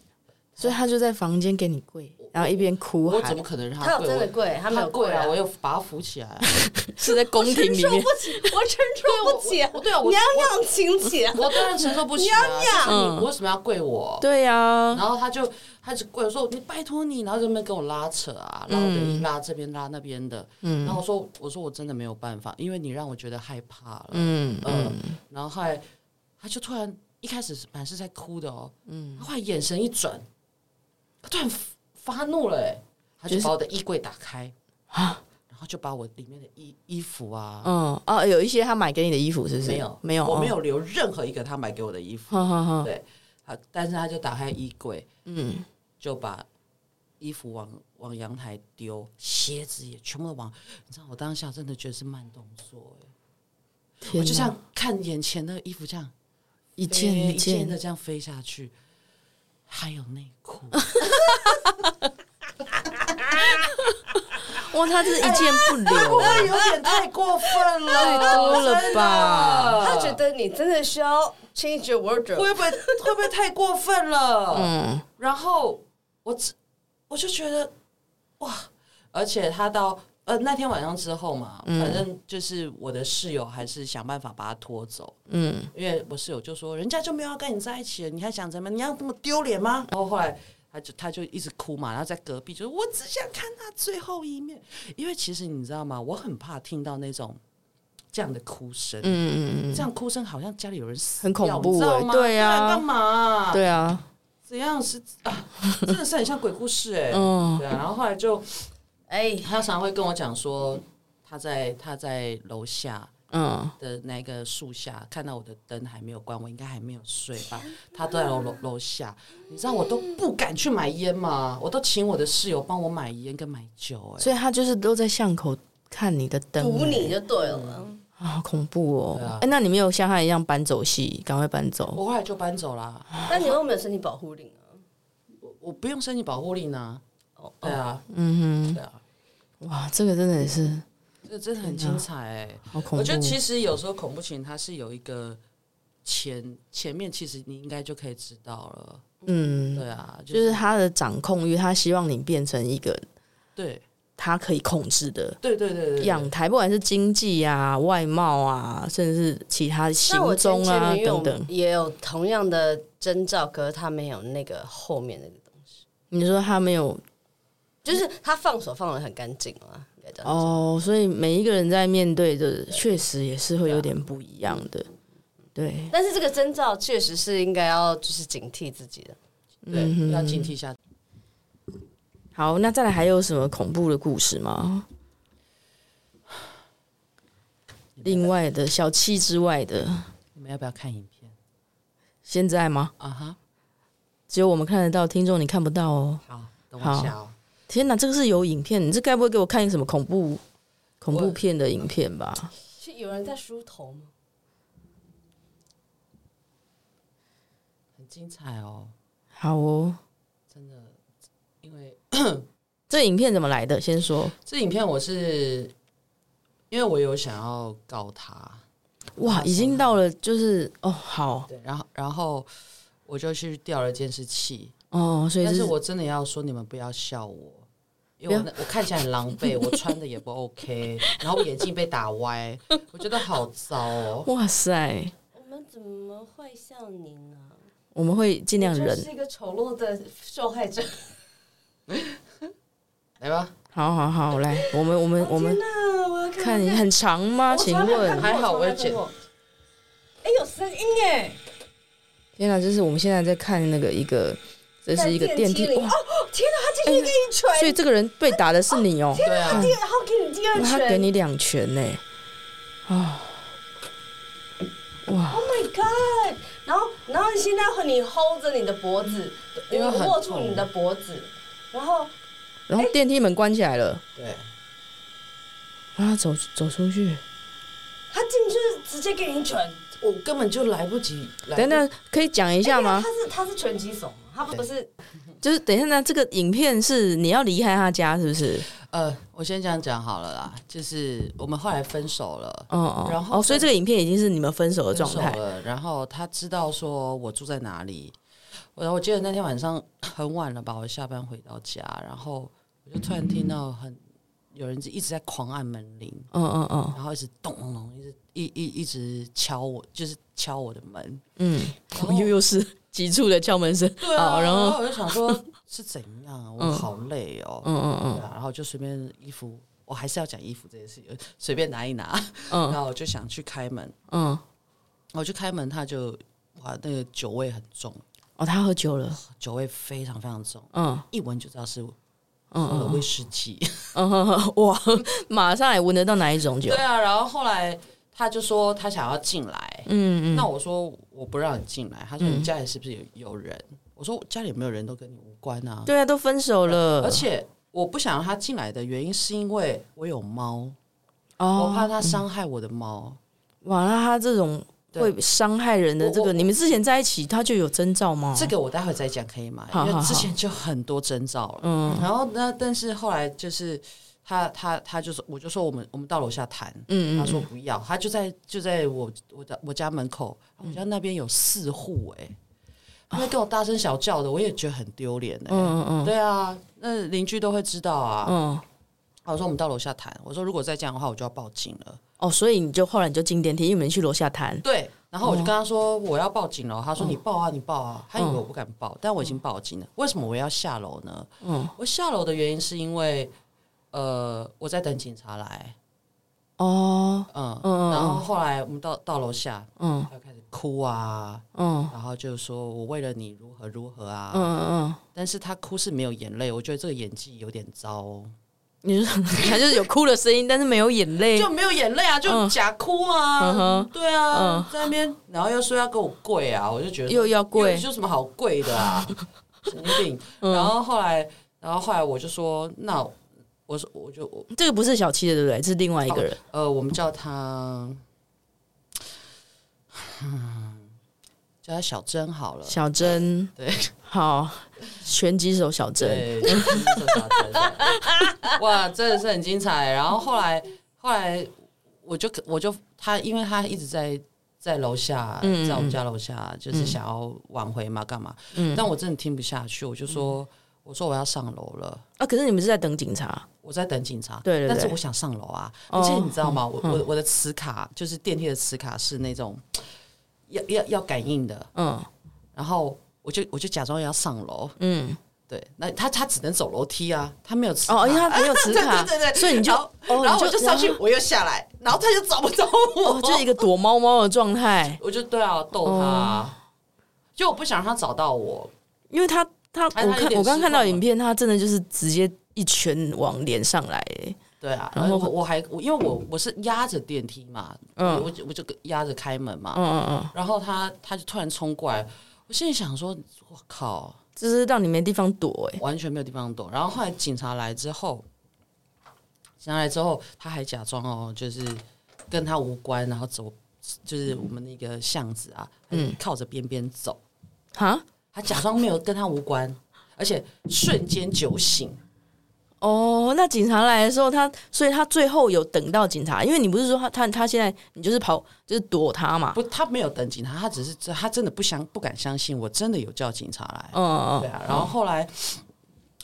S1: 所以他就在房间给你跪，然后一边哭
S7: 我
S1: 喊
S7: 怎么，可能让
S6: 他有
S7: 跪？
S6: 真的跪，
S7: 他
S6: 他没有
S7: 跪
S6: 跪
S7: 啊，
S6: 啊，
S7: 我
S6: 我
S7: 又把他扶起来啊。 (laughs)
S1: 是在宫廷里
S6: 承受
S1: 面
S6: 不，起，我承受不起
S7: 我我，对啊我
S6: 娘娘请起，
S7: 我当然承受不起
S6: (laughs)
S7: 啊！就是
S6: 嗯
S7: 你为什么要跪我？
S1: (laughs)
S6: 啊
S1: 对啊呀
S7: 然，后他就他就跪我说：“你拜托你！”然后在那边跟我拉扯
S6: 嗯
S7: 啊，拉我的衣拉这边拉那边的。然后我说：“我说我真的没有办法，因为你让我觉得害怕了。”
S1: 嗯
S7: 嗯，然后后来他就突然一开始是满是在哭的哦，嗯，后来眼神一转，他突然发怒了、哎，他就把我的衣柜打开
S1: 啊
S7: 然后就把我里面的衣衣服啊，
S1: 嗯，哦，有一些他买给你的衣服是不是？
S7: 没有
S1: 没有，
S7: 我没
S1: 哦，
S7: 有留任何一个他买给我的衣服。
S1: 哈哈哈，
S7: 对，好，但是他就打开衣柜，
S1: 嗯，
S7: 就把衣服往往阳台丢，鞋子也全部都往，你知道我当下真的觉得是慢动作、欸，我就
S1: 哪
S7: 这样看眼前的衣服，这样
S1: 一
S7: 飞
S1: 件一
S7: 一件的
S1: 件，
S7: 这样飞下去，还有内 (laughs) 裤，
S1: 哇，他这是一件不留，
S7: 哎
S1: 啊
S7: (laughs) 有点太过分了，
S1: 太多了吧？
S6: 他觉得你真的需要 change your wardrobe。
S7: 会不会会不会太过分了？
S1: 嗯，
S7: 然后我只我就觉得哇，而且他到呃那天晚上之后嘛，反正就是我的室友还是想办法把他拖走，嗯，因为我室友就说人家就没有要跟你在一起了，你还想怎么？你要这么丢脸吗？然后后来。他就他就一直哭嘛，然后在隔壁就是我只想看他最后一面，因为其实你知道吗？我很怕听到那种这样的哭声，嗯嗯嗯，这样哭声好像家里有人死
S1: 很恐
S7: 掉
S1: 怖
S7: 你知道
S1: 欸
S7: 吗？
S1: 对啊
S7: 干嘛、
S1: 对啊，
S7: 怎样是啊，真的是很像鬼故事哎、
S1: 嗯
S7: (laughs) 对啊，然后后来就
S6: 哎，
S7: 他常会跟我讲说，他在他在楼下
S1: 嗯，
S7: 的那个树下看到我的灯还没有关，我应该还没有睡吧？他都在楼楼楼下，你知道我都不敢去买烟嘛，我都请我的室友帮我买烟跟买酒哎、
S1: 所以他就是都在巷口看你的灯，
S6: 堵你
S1: 欸
S6: 就对了。
S1: 啊，好恐怖哦
S7: 对啊！
S1: 哎，那你没有像他一样搬走戏，赶快搬走，
S7: 我后来就搬走啦，
S6: 但你又没有身体保护令啊？
S7: 我我不用申请保护令呢、啊，对啊，
S1: 嗯
S7: 对啊，
S1: 哼，哇，这个真的也是
S7: 这真的很精彩哎、
S1: 好恐怖。
S7: 我觉得其实有时候恐怖情人它是有一个前前面，其实你应该就可以知道了。
S1: 嗯，
S7: 对啊，就
S1: 就是他的掌控欲，他希望你变成一个
S7: 对
S1: 他可以控制的
S7: 对对对对，
S1: 样态，不管是经济啊、外貌啊，甚至是其他行
S6: 但我前
S1: 踪啊
S6: 前女友
S1: 等等。
S6: 也有同样的征兆，可是他没有那个后面那个东西，
S1: 你说他没有
S6: 就是他放手放的很干净啊，应该这样讲。
S1: 哦，所以每一个人在面对的确实也是会有点不一样的。对，
S6: 但是这个征兆确实是应该要就是警惕自己的。
S1: 嗯
S7: 对要警惕一下。
S1: 好，那再来还有什么恐怖的故事吗？另外的小七之外的，
S7: 你们要不要看影片
S1: 现在吗？
S7: 啊？哈，
S1: 只有我们看得到，听众你看不到哦。
S7: 好，等我一下哦。
S1: 天哪，这个是有影片，你这该不会给我看什么恐怖恐怖片的影片吧？
S6: 是有人在梳头吗？
S7: 很精彩哦，
S1: 好哦，
S7: 真的，因为
S1: (clears throat) 这影片怎么来的？先说，
S7: 这影片我是因为我有想要告他，
S1: 哇，已经到了，就是哦，好
S7: 对，然后然后我就去调了监视器，
S1: 哦，所以
S7: 但
S1: 这
S7: 是
S1: 是
S7: 我真的要说，你们不要笑我，因为我
S1: 不
S7: 那我看起来很狼狈，我穿的也不 OK，然后我眼镜被打歪，我觉得好糟哦。
S1: 哇塞，
S6: 我们怎么会像你呢？
S1: 我们会尽量
S6: 我
S1: 忍
S6: 就，一个丑陋的受害者。
S7: 来吧，
S1: 好好好，来，我们我们 (laughs) 我们
S6: 那哦我要
S1: 看你很长吗？请问，
S7: 还好我有剪，
S6: 哎、有声音哎！
S1: 天哪，就是我们现在在看那个一个，这是一个
S6: 在
S1: 电梯
S6: 电梯里哦
S1: 哇，
S6: 天哪，他今天给你锤，
S1: 所以这个人被打的是你哦，
S7: 对啊，
S6: 然后给你第二
S1: 哇他
S6: 拳。
S1: 给你两拳呢，啊、哇。
S6: Oh my god！然后，然后现在和你 hold 着你的脖子，
S7: 因为
S6: 我
S7: 很痛
S6: 握住你的脖子，然后
S1: 然后电梯门关起来了，
S7: 对，
S1: 然后走走出去。
S6: 他进去直接给你拳。
S7: 我根本就来不及。来不
S1: 等等，可以讲一下
S6: 哎
S1: 吗
S6: 他？是他是拳击手吗，他不是
S1: 就是等一下呢，这个影片是你要离开他家，是不是？
S7: 呃，我先这样讲好了啦，就是我们后来分手了，
S1: 哦哦，
S7: 然后
S1: 哦，所以这个影片已经是你们分手的
S7: 分
S1: 状
S7: 手
S1: 态。
S7: 了，然后他知道说我住在哪里。我我记得那天晚上很晚了吧，我下班回到家，然后我就突然听到很有人一直在狂按门铃，
S1: 嗯嗯嗯
S7: 然后一直咚咚咚，一直一一一直敲我，就是敲我的门。然后
S1: (laughs) 嗯，又又是急促的敲门声。
S7: 对啊，
S1: 好然
S7: 然
S1: 后
S7: 后我就想说 (laughs) 是怎样啊，我好累哦。
S1: 嗯嗯嗯
S7: 对啊，然后就随便衣服，我还是要讲衣服这件事情，随便拿一拿。然
S1: 嗯
S7: 后我就想去开门，
S1: 嗯，
S7: 我去开门，他就哇，那个酒味很重，
S1: 哦，他喝酒了。
S7: 酒味非常非常重，
S1: 嗯
S7: 一闻就知道是
S1: 嗯
S7: 喝了
S1: 嗯
S7: 威士忌。
S1: 嗯嗯，哇，马上也闻得到哪一种酒
S7: (laughs) 对？啊，然后后来他就说他想要进来，
S1: 嗯
S7: 那
S1: 嗯
S7: 我说我不让你进来，他说你家里是不是有有人？我说家里有没有人都跟你无关啊。
S1: 对啊，都分手了，
S7: 而且我不想让他进来的原因是因为我有猫，
S1: 哦
S7: 我怕他伤害我的猫。
S1: 哇，那他这种
S7: 对
S1: 会伤害人的这
S7: 我
S1: 个，
S7: 我
S1: 你们之前在一起他就有征兆吗？
S7: 这个我待会再讲可以吗？
S1: 好
S7: 因
S1: 好
S7: 为
S1: 好
S7: 之前就很多征兆了。
S1: 嗯
S7: 然后呢，但是后来就是他他他就是我就说我们我们到楼下谈，
S1: 嗯嗯
S7: 他说不要，他就在就在我我的我家门口，我
S1: 嗯
S7: 家那边有四户哎、欸，他们跟我大声小叫的，我也觉得很丢脸哎、
S1: 嗯嗯
S7: 对啊，那邻居都会知道啊。
S1: 嗯
S7: 我说我们到楼下谈，我说如果再这样的话，我就要报警了。
S1: 哦，所以你就后来你就进电梯，因为你们去楼下谈，
S7: 对，然后我就跟他说我要报警了，他说你报啊，你报啊，他以为我不敢报，但我已经报警了。为什么我要下楼呢？
S1: 嗯
S7: 我下楼的原因是因为呃我在等警察来，
S1: 哦，
S7: 嗯
S1: 嗯嗯
S7: 然后后来我们到到楼下，
S1: 嗯
S7: 他就开始哭啊，
S1: 嗯
S7: 然后就说我为了你如何如何啊，
S1: 嗯嗯嗯，
S7: 但是他哭是没有眼泪，我觉得这个演技有点糟哦，
S1: 你说他就是有哭的声音，但是没有眼泪，
S7: 就没有眼泪啊，就
S1: 嗯
S7: 假哭
S1: 嗯
S7: 啊
S1: 哼，嗯
S7: 对啊，在那边，然后又说要给我跪啊，我就觉得
S1: 又要跪嗯
S7: 有什么好跪
S1: (laughs)
S7: 的啊，神经病。然后后来，然后后来我就说，那我说我就我
S1: 这个不是小七的，对不对？这是另外一个人。
S7: 呃，我们叫他， (sighs) 叫他小珍好了，
S1: 小珍，
S7: 对，
S1: 好，拳击手小珍，
S7: 对，就是这个
S1: (laughs)
S7: 小珍哇，真的是很精彩。然后后来后来我就我就他，因为他一直在。在楼下，
S1: 嗯
S7: 在我们家楼下，就是想要挽回嘛，干嘛？
S1: 嗯，
S7: 但我真的听不下去，我就说，我说我要上楼了。
S1: 啊，可是你们是在等警察，
S7: 我在等警察，
S1: 对对对
S7: 但是我想上楼啊，
S1: 哦嗯
S7: 而且你知道吗？我我我的磁卡就是电梯的磁卡是那种要要要感应的，
S1: 嗯
S7: 然后我就我就假装要上楼，
S1: 嗯，
S7: 对，那他他只能走楼梯啊，他没有磁卡
S1: 哦，因为他没有磁卡，
S7: (laughs) 对对对对，
S1: 所以你就
S7: 然后，
S1: 哦
S7: 然后
S1: 你
S7: 我就上去，我又下来，然后他就找不到我，
S1: 哦，就是一个躲猫猫的状态，
S7: 我就对啊逗他
S1: 哦
S7: 啊，就我不想让他找到我，
S1: 因为他他，我
S7: 哎他有
S1: 看
S7: 点
S1: 我刚看到
S7: 失控了
S1: 影片，他真的就是直接一拳往脸上来，哎
S7: 对啊，
S1: 然
S7: 然
S1: 后
S7: 后我我还我因为我我是压着电梯嘛，
S1: 嗯
S7: 我就我就压着开门嘛，
S1: 嗯嗯嗯，
S7: 然后他他就突然冲过来，我心里想说，我靠，
S1: 就是让你没地方躲，哎，
S7: 完全没有地方躲。然后后来警察来之后，警察来之后，他还假装哦，就是跟他无关，然后走，就是我们那个巷子啊，
S1: 嗯
S7: 靠着边边走，
S1: 哈，
S7: 他假装没有跟他无关，而且瞬间酒醒，
S1: 哦，那警察来的时候，他所以他最后有等到警察，因为你不是说他他他现在你就是跑就是躲他嘛，
S7: 不，他没有等警察，他只是他真的不相不敢相信，我真的有叫警察来，
S1: 嗯嗯
S7: 对
S1: 嗯
S7: 啊，然后后来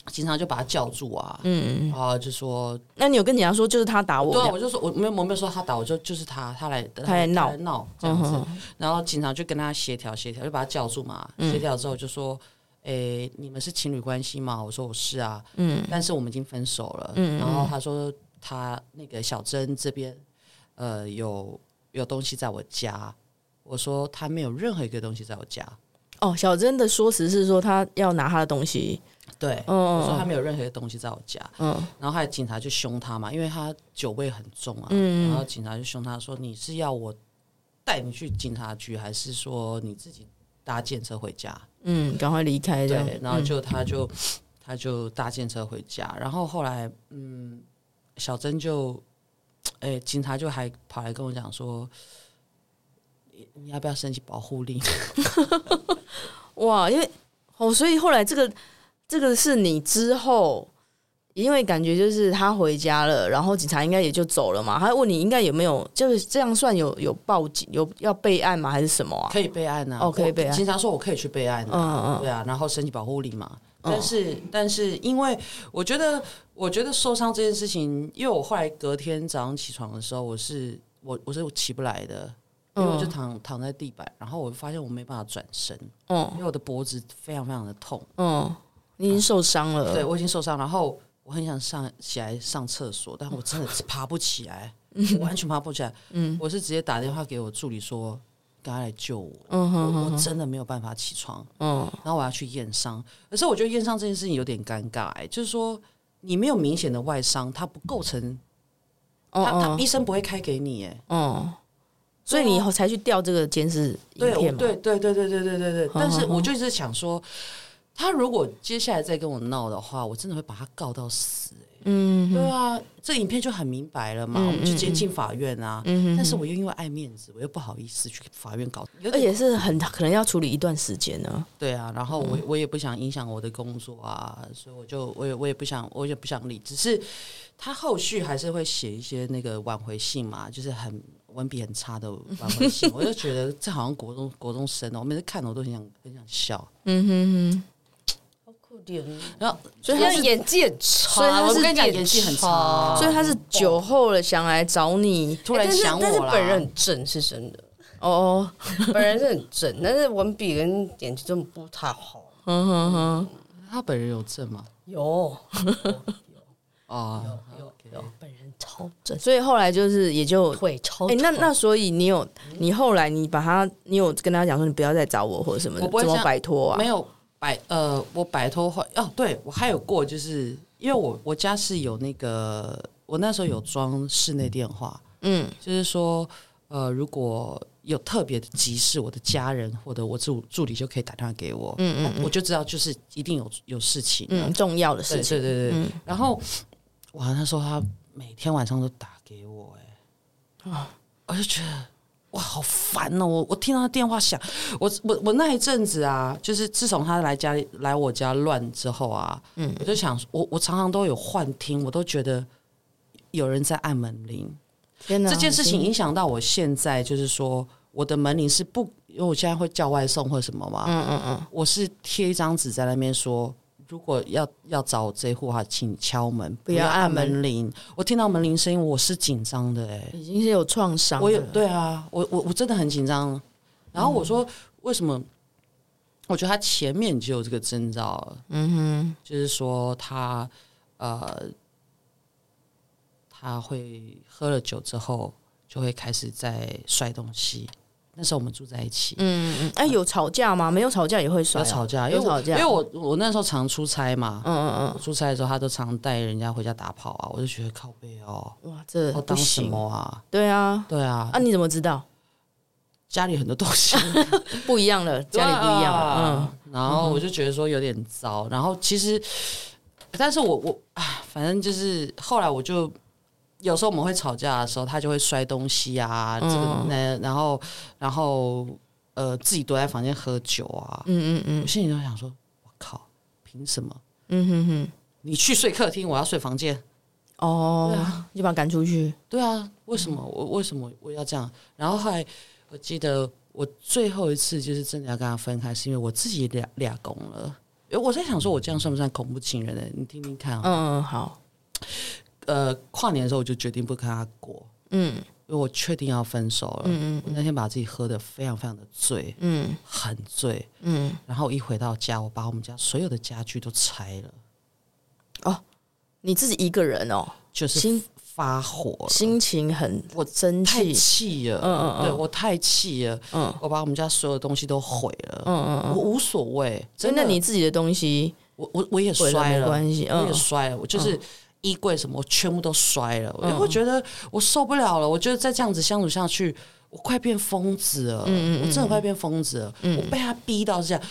S7: 警察就把他叫住啊，
S1: 嗯嗯，
S7: 然后就说
S1: 那你有跟警察说就是他打我，这
S7: 对啊，
S1: 样
S7: 我就说我没有我没有说他打，我就就是他他来他
S1: 来闹
S7: 他来闹
S1: 嗯
S7: 这样
S1: 哼嗯
S7: 子，然后警察就跟他协调协调，就把他叫住嘛，协调之后就说。诶、你们是情侣关系吗？我说我是啊，
S1: 嗯
S7: 嗯，但是我们已经分手了。
S1: 嗯嗯
S7: 然后他说他那个小珍这边，呃，有有东西在我家。我说他没有任何一个东西在我家。
S1: 哦，小珍的说辞是说他要拿他的东西，
S7: 对，
S1: 嗯
S7: 我说他没有任何一个东西在我家。
S1: 嗯
S7: 然后还有警察就凶他嘛，因为他酒味很重啊，
S1: 嗯
S7: 然后警察就凶他说：“你是要我带你去警察局，还是说你自己搭电车回家
S1: 嗯，赶快离？”开这样
S7: 对，，然后就他就、他就搭电车回家，然后后来嗯，小珍就哎，警察就还跑来跟我讲说。你你要不要申请保护令？
S1: 嗯哇，因为哦，所以后来这个这个是你之后，因为感觉就是他回家了，然后警察应该也就走了嘛。他问你应该有没有，就是这样算有有报警，有要备案吗？还是什么啊？
S7: 可以备案啊！
S1: 哦可以备案
S7: 我警察说我可以去备案啊。
S1: 嗯嗯
S7: 对啊，然后申请保护令嘛。
S1: 嗯
S7: 但是，但是，因为我觉得，我觉得受伤这件事情，因为我后来隔天早上起床的时候，我是我我是起不来的，因为我就
S1: 嗯
S7: 躺躺在地板，然后我发现我没办法转身，因
S1: 嗯
S7: 为我的脖子非常非常的痛，
S1: 嗯，你已经受伤了，
S7: 对我已经受伤，然后我很想上起来上厕所，但我真的是爬不
S1: (laughs)
S7: 起来，我完全爬不起来，
S1: 嗯
S7: 我是直接打电话给我助理说，赶快来救我，
S1: 嗯哼
S7: 我
S1: 哼
S7: 我
S1: 哼，
S7: 真的没有办法起床，
S1: 嗯
S7: 然后我要去验伤。可是我觉得验伤这件事情有点尴尬、哎，就是说你没有明显的外伤，它不构成，
S1: 哦
S7: 他他
S1: 哦
S7: 医生不会开给你、哎，
S1: 哦，所以你以后才去调这个监视影
S7: 对，我哦
S1: 片嘛？
S7: 对对对对对对对对。但是我就一直想说，他如果接下来再跟我闹的话，我真的会把他告到死、欸
S1: 嗯
S7: 对
S1: 哼，
S7: 啊，这影片就很明白了嘛，
S1: 嗯
S7: 我们就接近法院啊。
S1: 嗯嗯嗯
S7: 但是我又因为爱面子，我又不好意思去法院搞，有
S1: 而
S7: 点
S1: 且是很可能要处理一段时间呢。
S7: 对啊。然后
S6: 嗯
S7: 我我也不想影响我的工作啊，所以我就我也我也不想我也不想理，只是他后续还是会写一些那个挽回信嘛，就是很文笔很差的挽回
S6: (laughs)
S7: 信。我就觉得这好像国中国中生哦，我每次看了我都很想很想笑。
S1: 嗯哼
S6: 好可怜哦，
S7: 然后
S1: 所以
S6: 他
S1: 他是
S6: 演技很差，
S1: 所以他是
S6: 啊我跟你讲，
S7: 演技很差
S6: 差啊
S1: 所以
S7: 哦
S1: 他是酒后了想来找你
S7: 突然想我
S6: 哎但
S7: 啦，
S6: 是但是本人很正，是真的，
S1: 哦，
S6: 本人是很正，但是文笔跟演技真的不太好。
S1: 哼哼哼，
S7: 他本人有证吗？
S6: 有
S7: 啊，
S6: 有有，本人超正，
S1: 所以后来就是也就
S6: 腿超
S1: 哎、
S6: 长。
S1: 那那所以你有你后来你把他，你有跟他讲说你不要再找我或者什么的，
S7: 我不会
S1: 怎么
S7: 像
S1: 摆脱啊？
S7: 没有摆呃，我摆脱后哦，对我还有过，就是因为我我家是有那个，我那时候有装室内电话，
S1: 嗯
S7: 就是说呃，如果有特别的急事，我的家人或者我助助理就可以打电话给我，
S1: 嗯嗯嗯
S7: 我就知道就是一定有有事情了，
S1: 嗯，重要的事
S7: 对
S1: 情，
S7: 对对对，
S1: 嗯
S7: 然后哇，那时候他每天晚上都打给我、哎，
S1: 啊
S7: 我就觉得哇，好烦哦！我我听到他电话响，我我我那一阵子啊，就是自从他来家里来我家乱之后啊，
S1: 嗯
S7: 我就想，我我常常都有幻听，我都觉得有人在按门铃。
S1: 天哪，
S7: 这件事情
S1: 已经
S7: 影响到我现在，就是说我的门铃是不，因为我现在会叫外送或什么嘛，
S1: 嗯嗯嗯，
S7: 我是贴一张纸在那边说，如果要要找我这户哈，请敲门，
S1: 不
S7: 不
S1: 要
S7: 要
S1: 按
S7: 按
S1: 门
S7: 门铃。我听到门铃声音，我是紧张的哎、
S1: 已经是有创伤了，嗯
S7: 我有对啊，我我我真的很紧张。然后我说、
S1: 嗯
S7: 为什么？我觉得他前面就有这个征兆，
S1: 嗯
S7: 就是说他呃他会喝了酒之后就会开始在摔东西。那时候我们住在一起
S1: 哼，，嗯嗯嗯，哎、有吵架吗？没有吵架也会甩、
S7: 要
S1: 啊，
S7: 吵架，因
S1: 有
S7: 为我
S1: 吵架，
S7: 因为我我那时候常出差嘛，
S1: 嗯嗯
S7: 出差的时候，他都常带人家回家打炮啊，我就觉得靠背哦，
S1: 嗯，哇，这
S7: 要
S1: 不
S7: 当什
S1: 行，
S7: 么啊？
S1: 对啊，
S7: 对啊，
S1: 啊，你怎么知道？
S7: 家里很多东西，
S1: 不一样
S7: (laughs)
S1: 了，家里不一样嗯
S7: 对
S1: 了，
S7: 啊。然后我就觉得说有点糟，然后其实，但是我我啊，反正就是后来我就。有时候我们会吵架的时候，他就会摔东西啊，这个
S1: 嗯
S7: 那，然后，然后，呃，自己躲在房间喝酒啊。
S1: 嗯嗯嗯
S7: 我心里就想说，我靠，凭什么？
S1: 嗯哼哼，
S7: 你去睡客厅，我要睡房间？
S1: 哦，
S7: 对啊
S1: 你就把他赶出去，
S7: 对啊，为什
S1: 嗯
S7: 么我为什么我要这样？然后后来我记得我最后一次就是真的要跟他分开，是因为我自己俩俩拱了。呃我在想说，我这样算不算恐怖情人呢？你听听看啊、
S1: 嗯嗯好，
S7: 呃，跨年的时候我就决定不跟他过，
S1: 嗯
S7: 因为我确定要分手了。
S1: 嗯
S7: 我那天把自己喝的非常非常的醉，
S1: 嗯
S7: 很醉。
S1: 嗯，
S7: 然后一回到家，我把我们家所有的家具都拆了，
S1: 哦你自己一个人哦，
S7: 就是
S1: 心
S7: 发火了，
S1: 心情很
S7: 我
S1: 生
S7: 太
S1: 气，
S7: 气了。
S1: 嗯嗯嗯
S7: 对我太气了，
S1: 嗯
S7: 我把我们家所有东西都毁了。
S1: 嗯嗯嗯，
S7: 我无所谓，
S1: 所以
S7: 真
S1: 那
S7: 的，
S1: 你自己的东西
S7: 我我我也
S1: 毁了
S7: 摔
S1: 没
S7: 了，
S1: 关系，
S7: 我
S1: 嗯
S7: 也摔了，我就是衣柜什么我全部都摔了，
S1: 嗯
S7: 我会觉得我受不了了，我觉得再这样子相处下去，我快变疯子了，
S1: 嗯嗯嗯
S7: 我真的快变疯子了，
S1: 嗯
S7: 我被他逼到这样，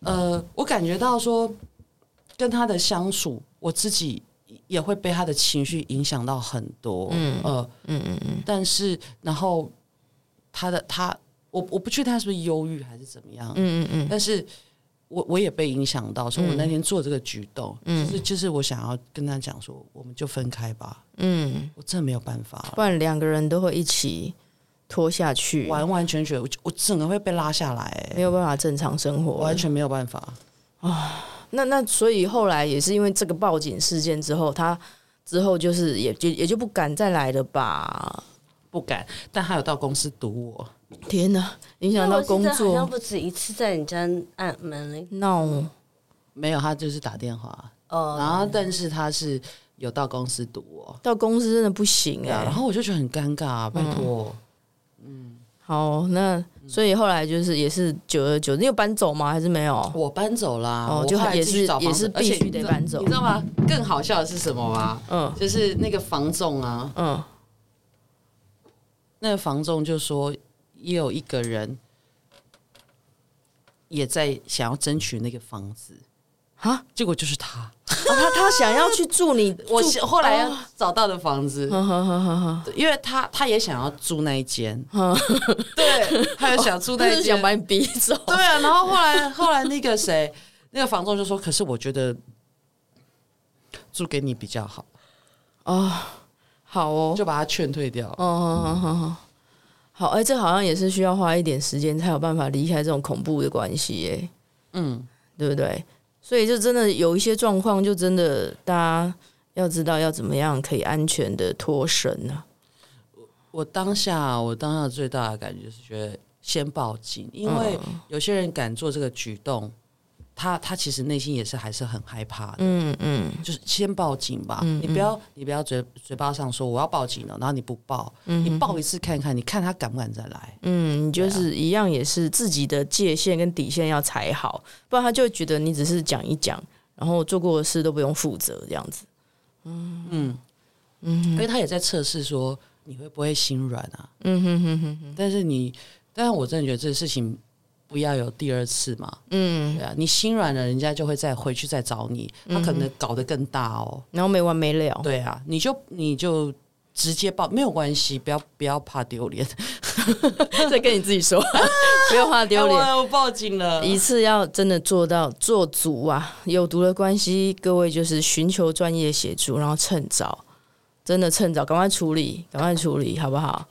S7: 呃，我感觉到说跟他的相处，我自己也会被他的情绪影响到很多，
S1: 嗯
S7: 呃，
S1: 嗯嗯嗯，
S7: 但是然后他的他，我我不确定他是不是忧郁还是怎么样，
S1: 嗯嗯嗯，
S7: 但是我我也被影响到，所以我那天做这个举动，就是就是我想要跟他讲说，我们就分开吧，
S1: 嗯，
S7: 我真的没有办法
S1: 不
S7: 了，
S1: 然两个人都会一起拖下去，
S7: 完完全全，我我整个会被拉下来、
S1: 没
S7: 欸，
S1: 有办法正常生活。
S7: 完全没有办法。
S1: 那那所以后来也是因为这个报警事件之后，他之后就是也就也就不敢再来了吧？
S7: 不敢，但他有到公司堵我，
S1: 天哪，影响到工
S6: 因为我记得好像
S1: 作
S6: 不止一次在你家按门铃。
S1: ，no，
S7: 没有，他就是打电话，然
S6: 哦，
S7: 后但是他是有到公司堵我，
S1: 到公司真的不行
S7: 对
S1: 哎、
S7: 啊，然后我就觉得很尴尬、啊，
S1: 嗯
S7: 拜托，
S1: 好，那所以后来就是也是久而久之，你有搬走吗？还是没有？
S7: 我搬走啦，
S1: 哦
S7: 我
S1: 就
S7: 后来
S1: 也
S7: 自己
S1: 是
S7: 找房
S1: 也是
S7: 子而且
S1: 必须
S7: 你
S1: 得
S7: 知道
S1: 搬走
S7: 你知道吗？更好笑的是什么吗？
S1: 嗯
S7: 就是那个房仲啊，
S1: 嗯
S7: 那个房仲就说，也有一个人也在想要争取那个房子，
S1: 啊，
S7: 结果就是他。
S1: 哦他他想要去住 (laughs) 你，
S7: 我
S1: 住
S7: 是后来
S1: 哦
S7: 找到的房子，
S1: 好好好好好，
S7: 因为他他也想要住那一间，
S1: 嗯
S7: 对，他也想住 (laughs)
S1: 他
S7: 那
S1: 是
S7: 一间
S1: 想，把你逼走。
S7: 对啊。然后后来后来那个谁，那个房东就说：“可是我觉得住给你比较好。”
S1: 哦， (laughs) 好哦，
S7: 就把他劝退掉。
S1: 哦，好好好好，好，哎、这好像也是需要花一点时间才有办法离开这种恐怖的关系，耶，
S7: 嗯，
S1: 对不对？所以就真的有一些状况，就真的大家要知道要怎么样可以安全的脱身啊呢、
S7: 我当下我当下最大的感觉就是觉得先报警，因为
S1: 嗯
S7: 有些人敢做这个举动，他他其实内心也是还是很害怕的。
S1: 嗯嗯
S7: 就是先报警吧，
S1: 嗯
S7: 你不要你不要嘴嘴巴上说我要报警了，然后你不报，你报一次看看，你看他敢不敢再来？
S1: 嗯，你就是一样也是自己的界限跟底线要踩好，不然他就会觉得你只是讲一讲，然后做过的事都不用负责这样子。
S7: 因为他也在测试说你会不会心软啊。
S1: 嗯哼哼哼哼，
S7: 但是你，但是我真的觉得这个事情不要有第二次嘛。
S1: 嗯，
S7: 对啊，你心软了，人家就会再回去再找你，他可
S1: 嗯
S7: 能搞得更大哦。
S1: 然后没完没了。
S7: 对啊，你就你就直接报没有关系，不要不要怕丢 (laughs) 脸，
S1: 再跟你自己 (laughs) 说，不要怕丢脸。
S7: 哎我我报警了。
S1: 一次要真的做到做足啊！有毒的关系，各位就是寻求专业协助，然后趁早，真的趁早，赶快处理，赶快处理，好不好？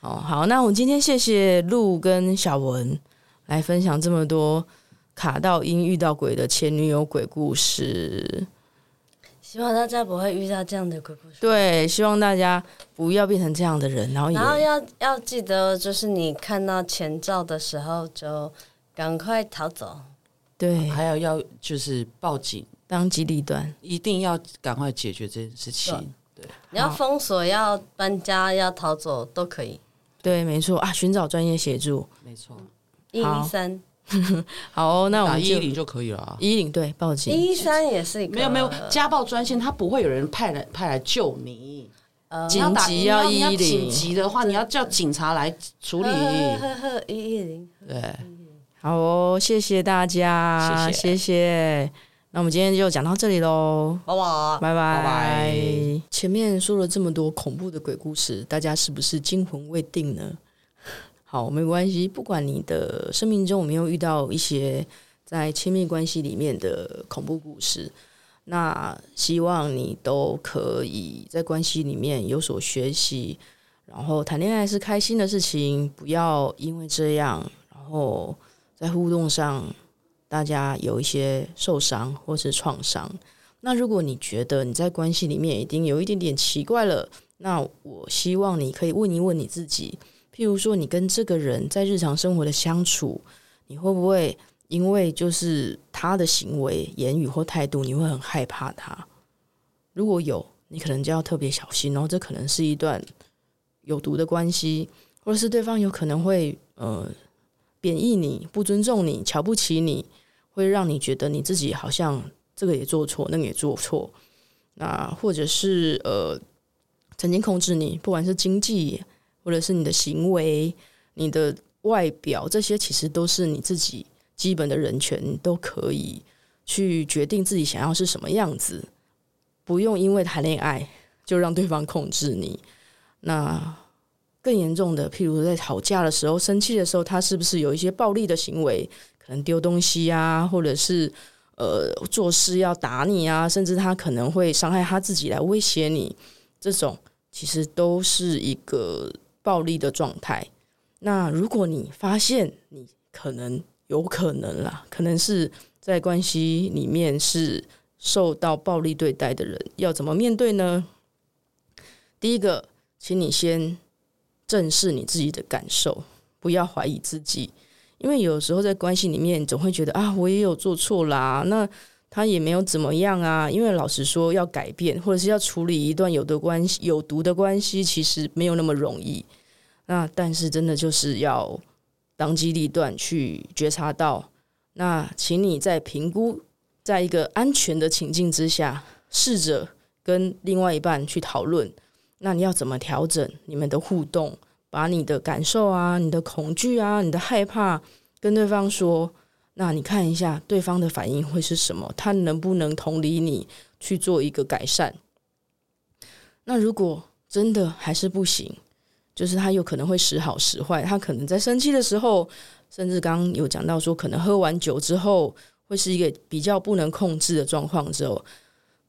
S1: 哦，好，那我们今天谢谢陆跟小文来分享这么多卡到音遇到鬼的前女友鬼故事。
S6: 希望大家不会遇到这样的鬼故事。
S1: 对，希望大家不要变成这样的人，然后也
S6: 然后要要记得，就是你看到前兆的时候，就赶快逃走。
S1: 对
S7: 还有要就是报警，
S1: 当机立断。
S7: 一定要赶快解决这件事情。
S6: 你要
S1: 好
S6: 封锁、要搬家、要逃走都可以。
S1: 对，没错啊，寻找专业协助。
S7: 没错，
S6: 一
S1: 好
S6: 一三，
S1: 好哦、那我
S7: 打
S1: 们
S7: 一
S1: 就
S7: 一零就可以了啊。呃
S1: 一零对报警。
S6: 一一三也是一个
S7: 没有没有，家暴专线他不会有人派来派来救你。
S6: 呃
S1: 紧急
S7: 你要打
S1: 要
S7: 你要
S1: 110
S7: 紧急的话，你要叫警察来处理。
S6: 呃呵呵一一零，
S7: 呃对，
S1: 好哦，谢谢大家，
S7: 谢谢
S1: 谢那我们今天就讲到这里喽，
S6: 宝宝。
S1: 拜拜
S7: 拜。
S1: 前面说了这么多恐怖的鬼故事，大家是不是惊魂未定呢？ (laughs) 好，没关系，不管你的生命中有没有遇到一些在亲密关系里面的恐怖故事，那希望你都可以在关系里面有所学习。然后谈恋爱是开心的事情，不要因为这样，然后在互动上大家有一些受伤或是创伤。那如果你觉得你在关系里面已经有一点点奇怪了，那我希望你可以问一问你自己，譬如说你跟这个人在日常生活的相处，你会不会因为就是他的行为、言语或态度，你会很害怕他？如果有，你可能就要特别小心哦，这可能是一段有毒的关系，或者是对方有可能会呃贬义你、不尊重你、瞧不起你，会让你觉得你自己好像这个也做错，那个也做错。那或者是呃，曾经控制你，不管是经济，或者是你的行为、你的外表，这些其实都是你自己基本的人权，你都可以去决定自己想要是什么样子，不用因为谈恋爱就让对方控制你。那更严重的，譬如在吵架的时候、生气的时候，他是不是有一些暴力的行为？可能丢东西啊，或者是呃做事要打你啊，甚至他可能会伤害他自己来威胁你，这种其实都是一个暴力的状态。那如果你发现你可能有可能啦，可能是在关系里面是受到暴力对待的人，要怎么面对呢？第一个，请你先正视你自己的感受，不要怀疑自己。因为有时候在关系里面，你总会觉得啊，我也有做错啦，那他也没有怎么样啊。因为老实说，要改变或者是要处理一段有的关系、有毒的关系，其实没有那么容易。那但是真的就是要当机立断去觉察到。那请你在评估，在一个安全的情境之下，试着跟另外一半去讨论，那你要怎么调整你们的互动，把你的感受啊、你的恐惧啊、你的害怕跟对方说，那你看一下对方的反应会是什么，他能不能同理你去做一个改善？那如果真的还是不行，就是他有可能会时好时坏，他可能在生气的时候，甚至刚刚有讲到说，可能喝完酒之后会是一个比较不能控制的状况之后，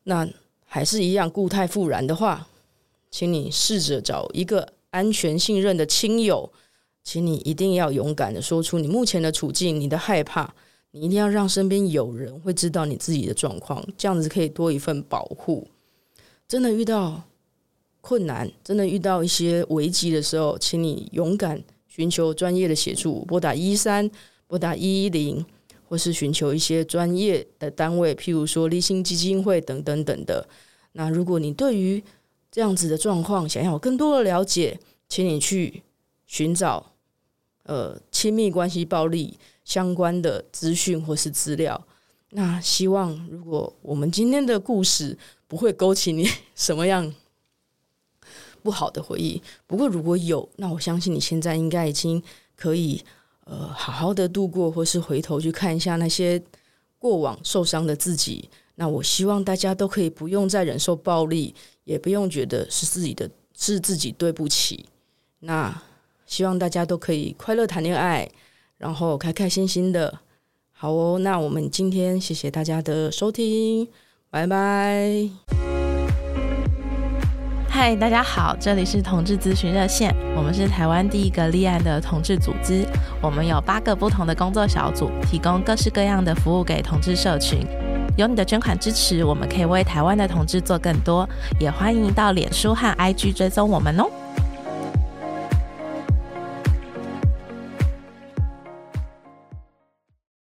S1: 那还是一样固态复燃的话，请你试着找一个安全信任的亲友，请你一定要勇敢的说出你目前的处境、你的害怕，你一定要让身边有人会知道你自己的状况，这样子可以多一份保护。真的遇到困难，真的遇到一些危机的时候，请你勇敢寻求专业的协助，拨打一三，拨打一一零，或是寻求一些专业的单位，譬如说立新基金会等等等的。那如果你对于这样子的状况想要有更多的了解，请你去寻找呃亲密关系暴力相关的资讯或是资料。那希望如果我们今天的故事不会勾起你 (laughs) 什么样不好的回忆，不过如果有，那我相信你现在应该已经可以呃好好的度过，或是回头去看一下那些过往受伤的自己。那我希望大家都可以不用再忍受暴力，也不用觉得是自己的是自己对不起。那希望大家都可以快乐谈恋爱，然后开开心心的。好哦，那我们今天谢谢大家的收听，拜拜。
S8: 嗨，大家好，这里是同志咨询热线，我们是台湾第一个立案的同志组织，我们有八个不同的工作小组，提供各式各样的服务给同志社群。有你的捐款支持，我们可以为台湾的同志做更多，也欢迎到脸书和 IG 追踪我们哦。